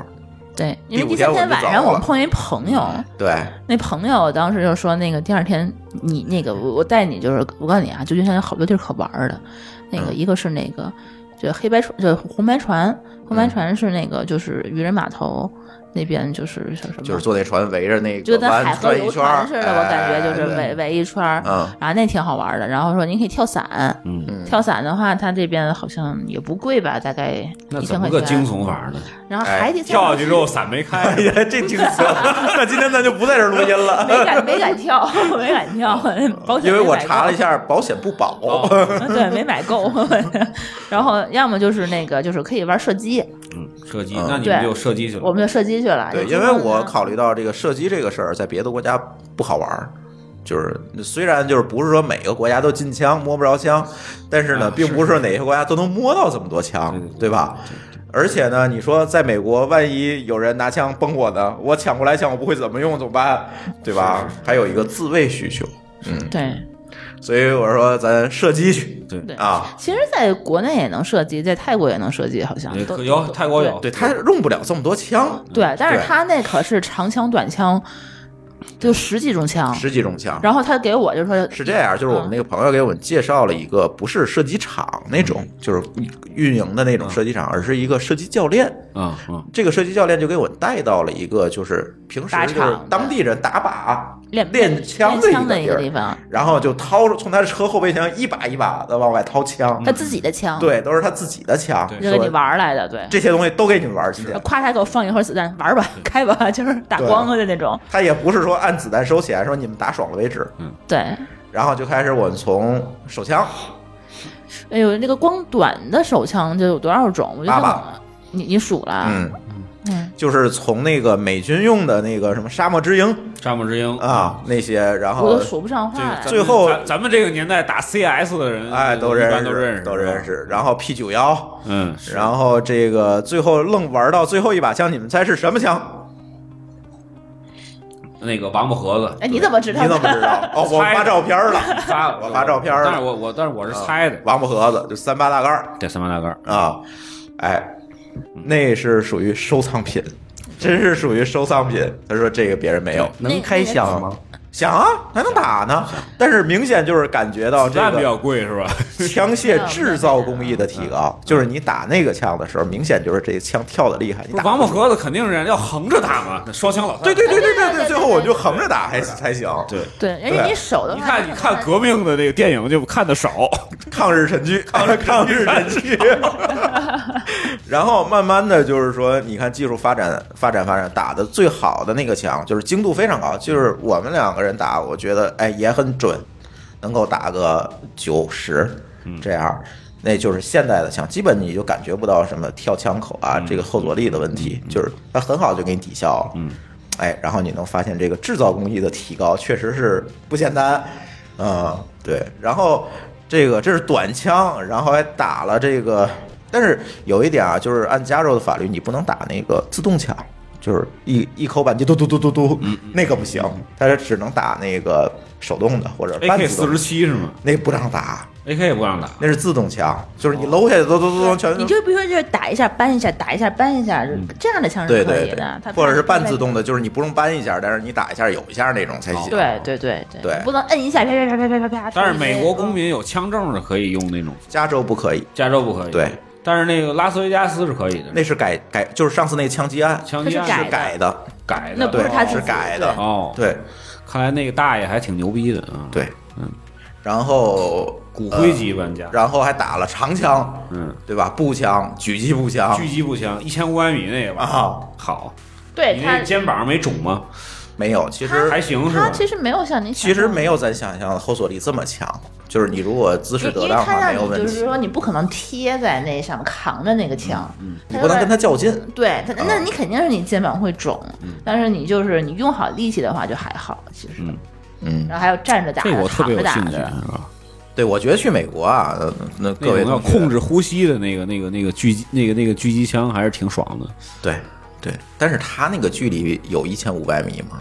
对，因为
第五
第
天
三
我
天
们就
晚
走
上我
了嗯
们碰一朋友，
对，
那朋友当时就说那个第二天你那个我我带你就是我告诉你啊，旧金山有好多地儿可玩儿的，那个
嗯
一个是那个就黑白船，就红白船，红白
嗯
船是那个就是渔人码头那边就是叫什么，
就是坐那船围着那
就
个
跟海
湾
河
转一
游
圈儿
船似的，我感觉就是
哎
围围一圈儿，
嗯
然后啊那挺好玩儿的。然后说您可以跳伞，
嗯，
跳伞的话，它这边好像也不贵吧，大概
那
一
怎
千
么
块
个惊
钱。
悚法呢？
然后还得
跳下去之后伞没开，
对 (laughs) 哎呀，这挺行。那今天咱就不在这儿录音了，
没敢没敢跳， (laughs) 没敢跳，
哦
(laughs) 保险
因为
没
我
买够
查了一，下，保险不保。
对，没买够。然后要么就是那个，就是可以玩射击，
嗯，射击，
嗯
那你们
对
就射击去
我
了。
们就射击去了。
对，
就
因为
中国
我
呢
考虑到这个射击这个事儿，在别的国家不好玩儿，就是虽然就是不是说每个国家都禁枪摸不着枪，但是呢，
啊
并不是说哪些国家都能摸到这么多枪
对对，对
对吧？而且呢，你说在美国，万一有人拿枪崩我呢，我抢过来枪我不会怎么用，怎么办？对吧？还有一个自卫需求，嗯，
对
所以我说咱射击去
对
对
啊。
其实，在国内也能射击，在泰国也能射击，好像
也
都
可有
都
泰国有
对他用不了这么多枪，
对，但
对
是他那可是长枪、短枪，就十几种枪。
十几种枪。
然后他给我就说
是这样，就是我们那个朋友给我们介绍了一个不是射击场那种，就是运营的那种射击场，而是一个射击教练。
啊啊，
这个射击教练就给我带到了一个就是平时
打
就是
场的
当地人打靶
练
练枪的
枪的
一
一
个
个
地
地
儿，嗯
方，
然后就掏出从他车后备箱一把一把的往外掏枪
他，自己的枪，，
对，都是他自己的枪，
对
就嗯跟你
说
玩儿来的，对。
这些嗯东西都给你们玩儿今天。
夸他给我放一盒子弹，玩儿吧，开吧，就是打光了的那种。
他也不是说按子弹收钱，说你们打爽了为止。
对，
然后就开始我们从手枪，
哎呦，那个光短的手枪就有多少种？我就
八
想
把
你你数了啊，
嗯，就是从那个美军用的那个什么沙漠之鹰
沙漠之鹰，
啊那些，然
我
后
都数不上话来。
这
最后
咱咱们这个年代打 CS 的人，
哎都
一
认
般
识，
都认识，
都认
是吧。
识。然后 P 九幺，
嗯，
然后这个最后愣玩到最后一把枪，你们猜是什么枪？
那个王八盒子
哎，你怎么知
你
道的？
怎么知道？哦，我
猜的
发照片了，
发
我发照片了
但是我我但是我是猜的，
王八盒子就三八大盖儿
这三八大盖儿
啊，哎，
嗯
那是属于收藏品，真是属于收藏品。他说这个别人没有，
能开枪吗？
想啊，还能打呢，但是明显就是感觉到
子
这
弹比
个
较贵是吧？
(laughs) 枪械制造工艺的提高，就是你打那个枪的时候，明显就是这个枪跳的厉害。你
不是
打
王八盒子肯定是要横着打嘛，那双枪老三
对对对对对
对对
对，最后我就横着打还才行。
对，
(laughs) 对，人家
对
你手的
你
话，
看你看革命的这个电影就看的 (laughs) 少，
抗日神剧，抗日抗日神剧。然后慢慢的就是说，你看技术发展发展发展，打的最好的那个枪就是精度非常高，就是我们两个人打，我觉得哎也很准，能够打个九十这样。那就是现代的枪，基本你就感觉不到什么跳枪口啊，这个后坐力的问题，就是它很好就给你抵消了。嗯，哎，然后你能发现这个制造工艺的提高确实是不简单，嗯，对。然后这个这是短枪，然后还打了这个，但是有一点啊，就是按加州的法律，你不能打那个自动枪，就是一一口扳机嘟嘟嘟嘟嘟，
嗯
那个不行，它是只能打那个手动的或者半
AK
自动
四
的
十七是吗
那个不让打，
？AK 也不让打，
那是自动枪，就是
哦
你搂下去嘟嘟嘟嘟全
你就比如说就是打一下扳一下，打一下扳一下，这样的枪
嗯对
是可
对
以
对
的，它，
或者是半自动的，就是你不用扳一下，但是你打一下有一下那种
哦
才行。
对对对对
对
你不能摁一下啪啪啪啪啪啪啪。
但是美国
公
公民有枪证是可以用那种，
加州不可以，
加州不可以。
对，
但是那个拉斯维加斯是可以的，
那是改改，就是上次那枪击案
枪哦
它
击
是
案
是
改
改的，
改的，
那不
对
是他，自
是
己
改的，
哦，，
对
看来那个大爷还挺牛逼的啊，，
对，呃嗯，然后
骨灰级玩家，
然后还打了长枪，
嗯，
对吧？步枪、狙击步枪
狙击步枪一千五百米那个吧，
啊，
好，
对
你
他
那肩膀没肿吗？
没有，其
还
实
行是
他
吧？
其实没有像你想
其实
象的
没有咱想象的后坐力这么强，就是你如果姿势
因
得
因为
当的
他
话没有
让你
问
就是
题，嗯
说你不可能贴在那上扛着那个枪，
你不能跟他较劲，
对他，那
嗯
你肯定是你肩膀会肿，但是你就是你用好力气的话就还好，其实。
嗯，
然后还有站着打
这个
的，
我特
躺
别
着
有
打
兴趣，
的，
是吧？
对，我觉得去美国啊，呃那各
那
位
种要
同学
控制呼吸的那个、那个、那个狙击、那个、那个狙击枪还是挺爽的。
对对，但是他那个距离有一千五百米吗？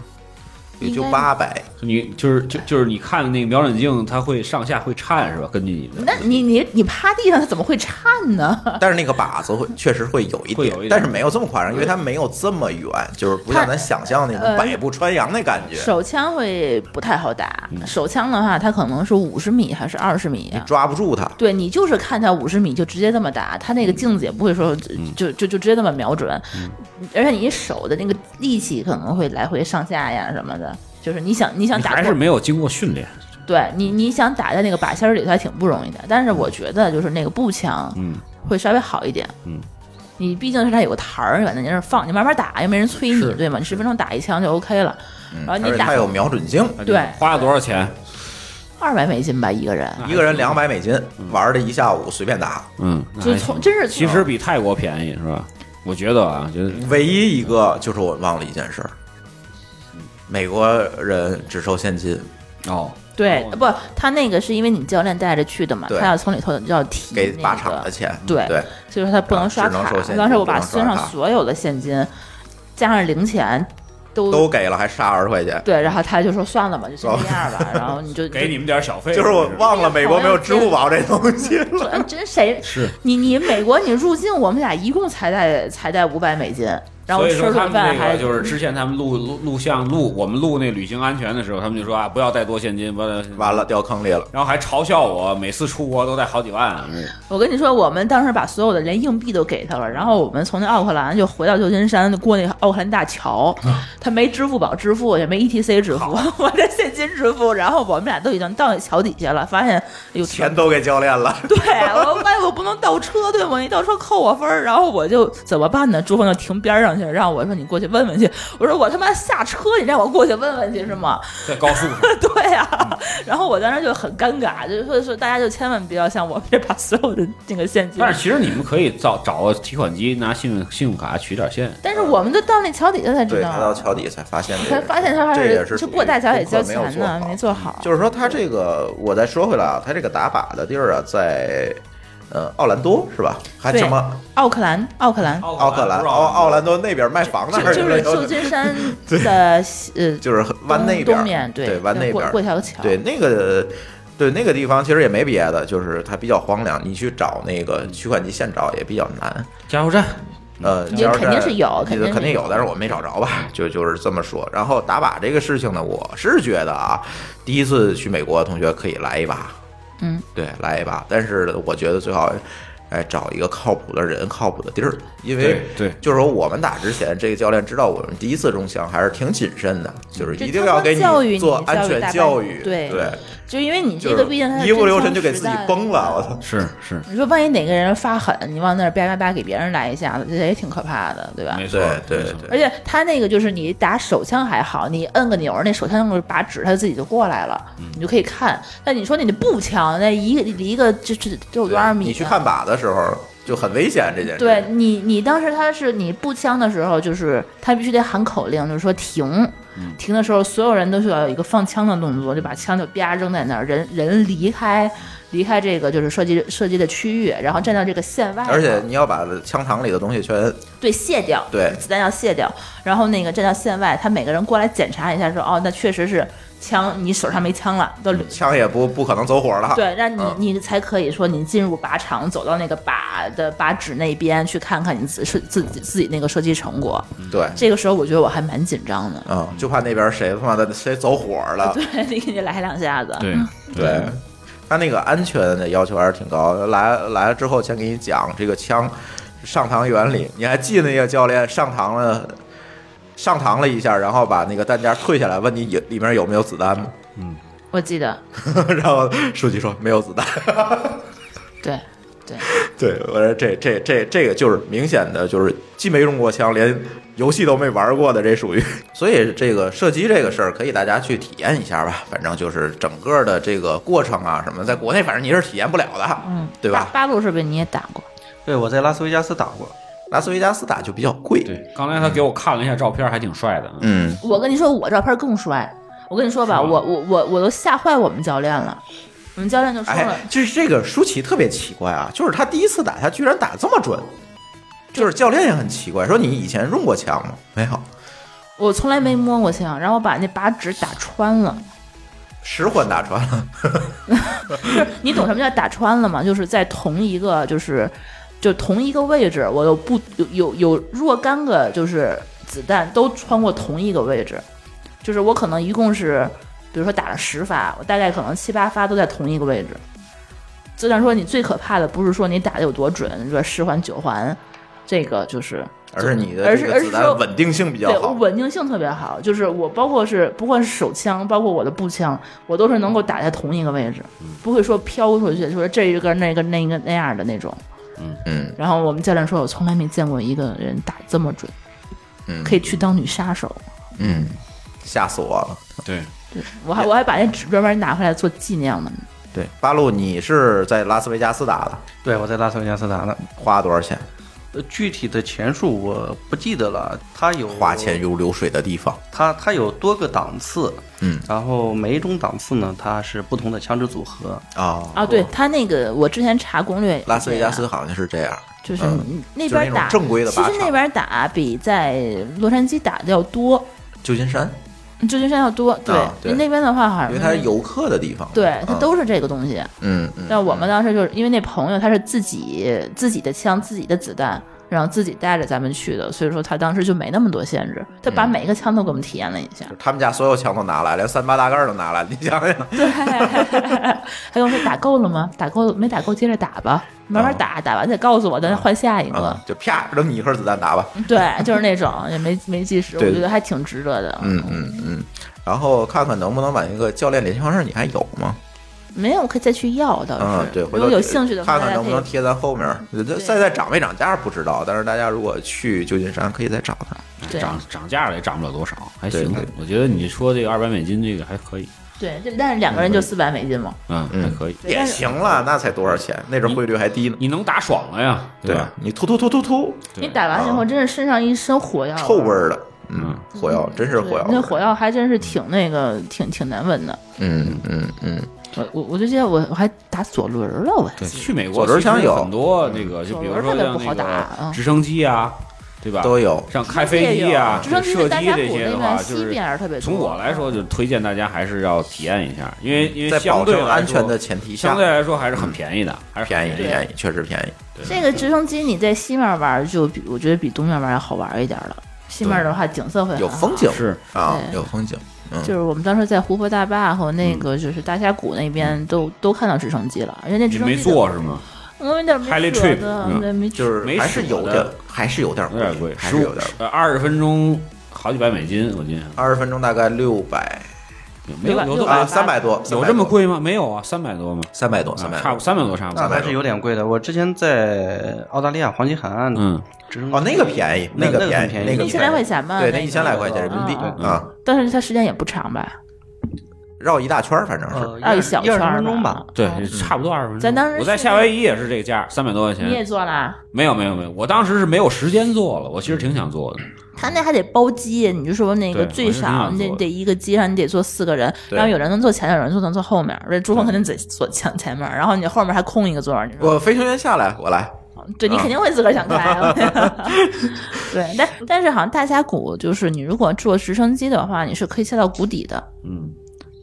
也就
应该
八百，
就你就是就就是你看那个瞄准镜，它会上下会颤是吧？根据你的
那你你你趴地上，它怎么会颤呢？
但是那个靶子会确实会有一
会
点，
有一点
但是没有这么夸张，因为它没有这么远，就是不像咱想象那种
呃
百步穿杨那感觉，
手枪会不太好打，
嗯
手枪的话，它可能是五十米还是二十米啊
你？抓不住它。
对你就是看它五十米就直接这么打，它
嗯
那个镜子也不会说就就就直接这么瞄准，而且你手的那个力气可能会来回上下呀什么的，就是你想你想
你
打
还
过
是没有经过训练。
对你，你想打在那个靶心儿里头还挺不容易的，但是我觉得就是那个步枪，
嗯，
会稍微好一点，
嗯，
你毕竟是它有个台儿，你往那儿放，你慢慢打，又没人催你，对吗？你十分钟打一枪就 OK 了，然后
嗯而
你
且
打
它有瞄准镜，
对
啊花了多少钱？
二百美金吧一个人，
哎
一个人两百美金，玩了一下午，随便打。
嗯，那
就
还
从
行
真是
其
从
实比泰国便宜是吧？我觉得啊，觉得
唯一一个就是我忘了一件事儿，
嗯
美国人只收现金，
嗯
哦，
对不，他那个是因为你教练带着去的嘛，
对
他要从里头要提
给
那
靶场
个
的钱。
对
对，
所以说他不能刷
只能
卡
收现。金
当时我
不能
把
刷
身上
卡
所有的现金加上零钱，都
都给了，还差二十块钱。
对，然后他就说算了吧，就先这样吧，然后你就
给你们点小费，
就是我忘了美国没有支付宝这东西
就
了。 (laughs)
说真谁
是，
你你美国你入境，我们俩一共才在才在五百美金，然后
所以
吃
说他
顿
们
饭
那
还
个就是之前他们录录录像录我们录那旅行安全的时候，他们就说啊不要带多现金，不要带多现金。
完了，掉坑里了。
然后还嘲笑我，每次出国都带好几万。
我跟你说，我们当时把所有的连硬币都给他了，然后我们从那奥克兰就回到旧金山，就过那个奥克兰大桥，他没支付宝支付，也没 ETC 支付， (laughs) 我这现金支付，然后我们俩都已经到那桥底下了，发现有
钱都给教练了，
(laughs) 对我发现我不能倒车，对我一倒车扣我分儿，然后我就怎么办呢？朱峰就停边上去，让我说你过去问问去。我说我他妈下车，你让我过去问问去是吗？ (laughs)
在高速上，
对呀、然后我当时就很尴尬，就是说说大家就千万不要像我们这把所有的那个现金。
但是其实你们可以找找个提款机，拿信用信用卡取点现。
但是我们就到那桥底下才知
嗯对
道
他到桥底才发现这
才
个，
(laughs) 发现他
这也是
就
属于
过大桥也
功
交
课没有
钱
做
呢，
好
没做好。
就是说他这个，我再说回来啊，他这个打靶的地儿啊，在呃奥兰多是吧？还
对
什么
奥克兰，奥克兰，
奥克兰、奥奥兰多那边卖房那
就
儿
就是旧
有，
金山的西呃
就是湾那
东
边
东面
儿，
对
对湾那
过
边儿
过，条桥
对那个。对那个地方其实也没别的，就是它比较荒凉，你去找那个取款机现找也比较难。
加油站，
呃，
嗯
也肯定是有
肯
肯定是
肯定有
有，
但是我没找着吧，就就是这么说。然后打靶这个事情呢，我是觉得啊，第一次去美国的同学可以来一把，
嗯，
对，来一把。但是我觉得最好，哎，找一个靠谱的人、靠谱的地儿，因为
对对
就是说我们打之前，这个教练知道我们第一次中枪还是挺谨慎的，就是
就
一定
他
要
们
给
教育你
做
教
安
育
全
大半
教育，
对
对，
就因为你
就
这
是
个毕竟它是
一不留神
真枪
就给
实
自己
弹
崩了，我操！
是是，
你说万一哪个人发狠，你往那儿叭叭叭给别人来一下子，这也挺可怕的，对吧？
没错
对，对
没错
对
而且他那个就是你打手枪还好，你摁个钮儿，那手枪那个把指它自己就过来了，
嗯
你就可以看。但你说你的步枪，那一个离一个就就就有多少米？
你去看。靶的时候就很危险，这件事。
对你，你当时他是你步枪的时候，就是他必须得喊口令，就是说停。
嗯
停的时候，所有人都需要有一个放枪的动作，就把枪就啪扔在那儿，人人离开离开这个就是射击射击的区域，然后站到这个线外头。
而且你要把枪膛里的东西全
对，卸掉，
对
子弹要卸掉，然后那个站到线外，他每个人过来检查一下说，哦，那确实是枪，你手上没枪了，都捋。
枪也不不可能走火了。
对，让你
嗯
你才可以说你进入靶场，走到那个靶的靶纸那边去看看你自是自己自己那个射击成果。
对，
这个时候我觉得我还蛮紧张的，
嗯，就怕那边谁他妈的谁走火了。
(laughs) 对，你给你来两下子。
对
对，他那个安全的要求还是挺高的。来来了之后，先给你讲这个枪上膛原理。你还记得那个教练上膛了，上膛了一下，然后把那个弹夹退下来，问你有里面有没有子弹吗？ (laughs)
我记得，
然后书记说没有子弹。
对，
对，我说这这这这个就是明显的，就是既没用过枪，连游戏都没玩过的，这属于。 (laughs) 所以这个射击这个事儿，可以大家去体验一下吧。反正就是整个的这个过程啊什么，在国内反正你是体验不了的，
嗯，
对吧？
八八路是不是你也打过？
对，我在拉斯维加斯打过，
拉斯维加斯打就比较贵，
对。刚才他给我看了一下照片，还挺帅的。嗯，
嗯，
我跟你说，我照片更帅。我跟你说吧，
是吗
我我我我都吓坏我们教练了。我们教练就说了
哎，，就是这个舒淇特别奇怪啊，就是他第一次打，他居然打这么准。就是教练也很奇怪，说你以前用过枪吗？没有，
我从来没摸过枪，然后我把那把纸打穿了。
十环打穿了，
就是你懂什么叫打穿了吗？就是在同一个就是就同一个位置，我有不有有有若干个就是子弹都穿过同一个位置，就是我可能一共是比如说打了十发，我大概可能七八发都在同一个位置。就像说你最可怕的不是说你打的有多准，你说十环九环，这个就是
而是你的
而
这
是
个
而是
子弹
说
稳定性比较
对我
好。
稳定性特别好，就是我包括是不管是手枪，包括我的步枪，我都是能够打在同一个位置，
嗯
不会说飘出去，就是这一个那个那个那样的那种。
嗯
然后我们教练说，我从来没见过一个人打这么准，
嗯
可以去当女杀手。
嗯，吓死我了。
对，
我还我还把那纸专门拿回来做纪念了呢。
对，八路，你是在拉斯维加斯打的，
对我在拉斯维加斯打的。
花了多少钱？
呃，具体的钱数我不记得了，它有
花钱如流水的地方。
它它有多个档次，
嗯
然后每一种档次呢，它是不同的枪支组合。
哦，
啊，对他那个，我之前查攻略，
拉斯维加斯好像是这样。
就是
嗯
你那
就是那
边
种
打
正规的
其
靶
实
场
那边打比在洛杉矶打的要多，
旧金山，
旧金山要多，对，
啊对
因为那边的话好像
因为它是游客的地方。
对，它
嗯
都是这个东西。
嗯嗯，
但我们当时就是因为那朋友他是自己自己的枪、自己的子弹，然后自己带着咱们去的，所以说他当时就没那么多限制，他
嗯
把每一个枪都给我们体验了一
(laughs)
下。
他们家所有枪都拿来，连三八大盖儿都拿来，你想
(laughs)
想，
他跟我说打够了吗？打够没打够接着打吧，慢
啊
慢打，打完再告诉我，咱换下一个
嗯。，就啪扔你一颗子弹打吧。
对，就是那种也没没计时，我
对
觉得还挺值得的。
嗯嗯嗯，然后看看能不能把那个教练联系方式你还有吗？
没有可以再去要，倒
嗯
呃是，
对，
如
回头
果有兴趣的
看
话，大
看
家
能
可
不能
以。
贴咱后面儿。这现在涨没涨价不知道，但是大家如果去旧金山可以再找他。
对
涨涨价了也涨不了多少，还
对
行
对。
我觉得你说这个二百美金这个还可以，
对，就但是两个人就四百美金嘛。
嗯，
嗯
还可以。
对
也
但是
行了，那才多少钱？那阵儿汇率还低呢。
嗯你能打爽了呀，
对
吧？
你突突突突突，
你打完以后，真是身上一身火药，
啊臭味儿的，嗯
哦嗯，
火药真是
对
火药味儿，
那火药还真是挺那个，挺挺难闻的。
嗯嗯嗯，
我我我就记得我我还打左轮了，我还
对，
记
去美
左
国
轮
其实
枪有
很多那个，就比如
嗯左
说
轮特别
像
不好
那
打
个
嗯
直升机啊，对吧？
都有。
像开飞机啊、
直升机
射
在大
击
峡
这
谷
些
那
的
边
话，
西
就是
边儿特别多
从我来说，就推荐大家还是要体验一下，因为因为
嗯在保
相对
证
来说
安全的前提下
相，对来说还是很便宜的，还是很
便宜
宜的。
便宜，确实便宜。
这个直升机你在西面玩儿就比我觉得比东面玩儿要好玩儿一点儿了。西面的话景色会很
有
好
风景
是
啊，
对
有风景，嗯，
就是我们当时在胡佛大坝和
嗯
那个就是大峡谷那边都、都看到直升机了，而且那
你
直升
没
机
坐是吗？
我有点没
Highly
舍得
trip，，嗯
对，没
就
舍
是
没
还是
舍
有
得
点，还是有点
有点贵，
还
十
是
五
有点。
呃二十分钟好几百美金，我印象
二十分钟大概六百
没有
六百
有
六
多
百
啊，三百多，
有这么？贵吗？没有啊，三百多吗？
三百多，三
啊
百
差
多
不。三百多差不
那
多。
还
还是有点贵的。我之前在澳大利亚黄金海岸，
嗯，
直升
哦，那个便宜，
那
个
那个
便
很
宜，
便宜
那个
一千来
便宜
块钱吧
对，
那
那一千
个
来块钱人民币
嗯
嗯
啊，
但是它时间也不长吧，
绕一大圈儿，反正是
嗯
呃
二个小
一
圈
二十
儿啊
分钟吧。。
对，差不多二十分钟。
咱当时
我在
去
夏威夷也是这个价，三百多块
你也
钱。
坐啊啦？
没有没有没有，我当时是没有时间做了，我其实挺想做的。
他那还得包机，你就说那个
对
最
我
少
是这样
你
做的
得得一个机上你得坐四个人，
对
然后有人能坐前面，有人坐能坐后面，而且朱峰肯定得坐前前面，然后你后面还空一个座儿，你说
我飞行员下来，我来，
对你肯定会自个儿想开。啊 (laughs) 对，但但是好像大峡谷就是你如果坐直升机的话，你是可以下到谷底的。
嗯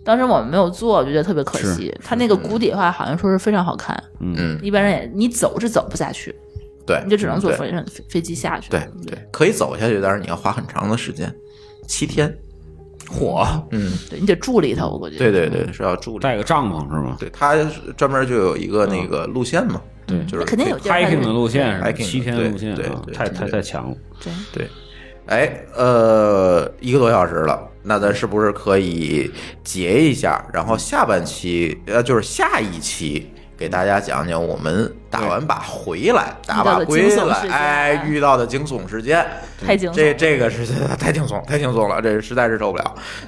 当时我们没有坐，我就觉得特别可
是
惜。它那个谷底的话，好像说是非常好看，
嗯，
嗯，
一般人也你走是走不下去，
对
你就只能坐
对
飞飞飞机下去。
对对，可以走下去，但是你要花很长的时间，七天，
火
嗯，
对你得住里头，我估计。
对对对，是要住的。
带个帐篷是吗？
对，它是专门就有一个那个路线嘛，
对
就是
嗯那肯定有地儿。
hiking 的路线是吧
hiking
七天
对
路线
对
啊
对，
太
对
太
对
太强了。
对，
对，哎，呃，一个多小时了，那咱是不是可以结一下？然后下半期，呃，就是下一期。给大家讲讲我们打完靶回来，打靶归
惊悚
来
事，件
哎，遇到的惊悚事件，
太惊悚
这
了
这个是 (laughs) 太惊悚，太惊悚了，这实在是受不了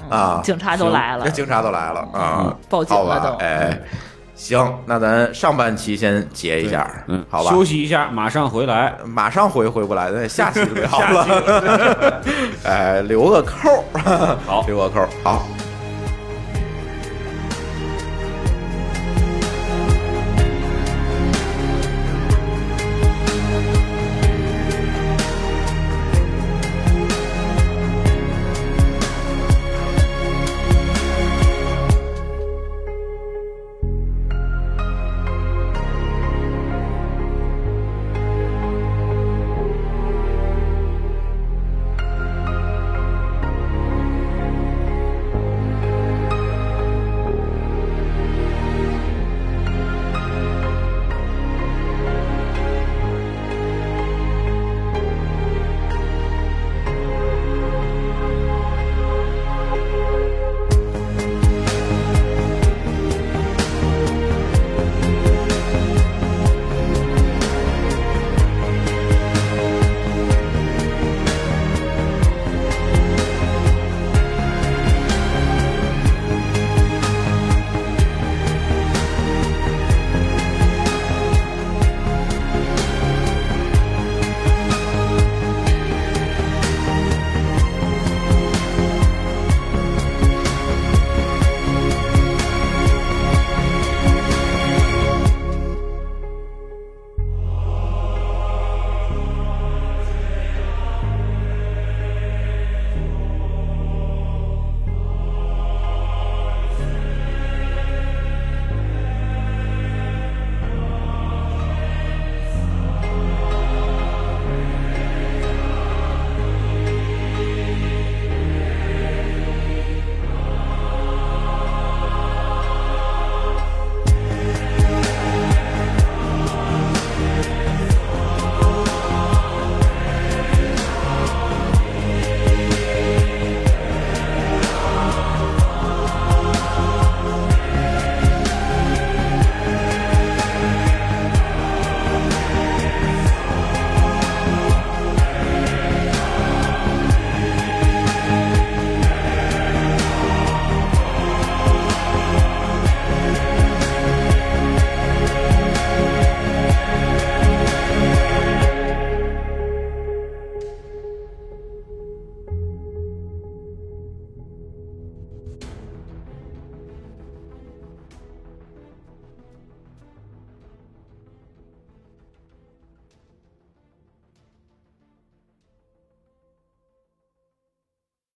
啊！
嗯警察都来了
这，警察都来了啊，
报警
好
了
吧
都
哎，行，那咱上半期先结一下，
嗯，
好吧，
休息一下，马上回来。
马上回回不来，那下期聊了。哎，留个扣儿，
好
(laughs) 留个扣儿，好。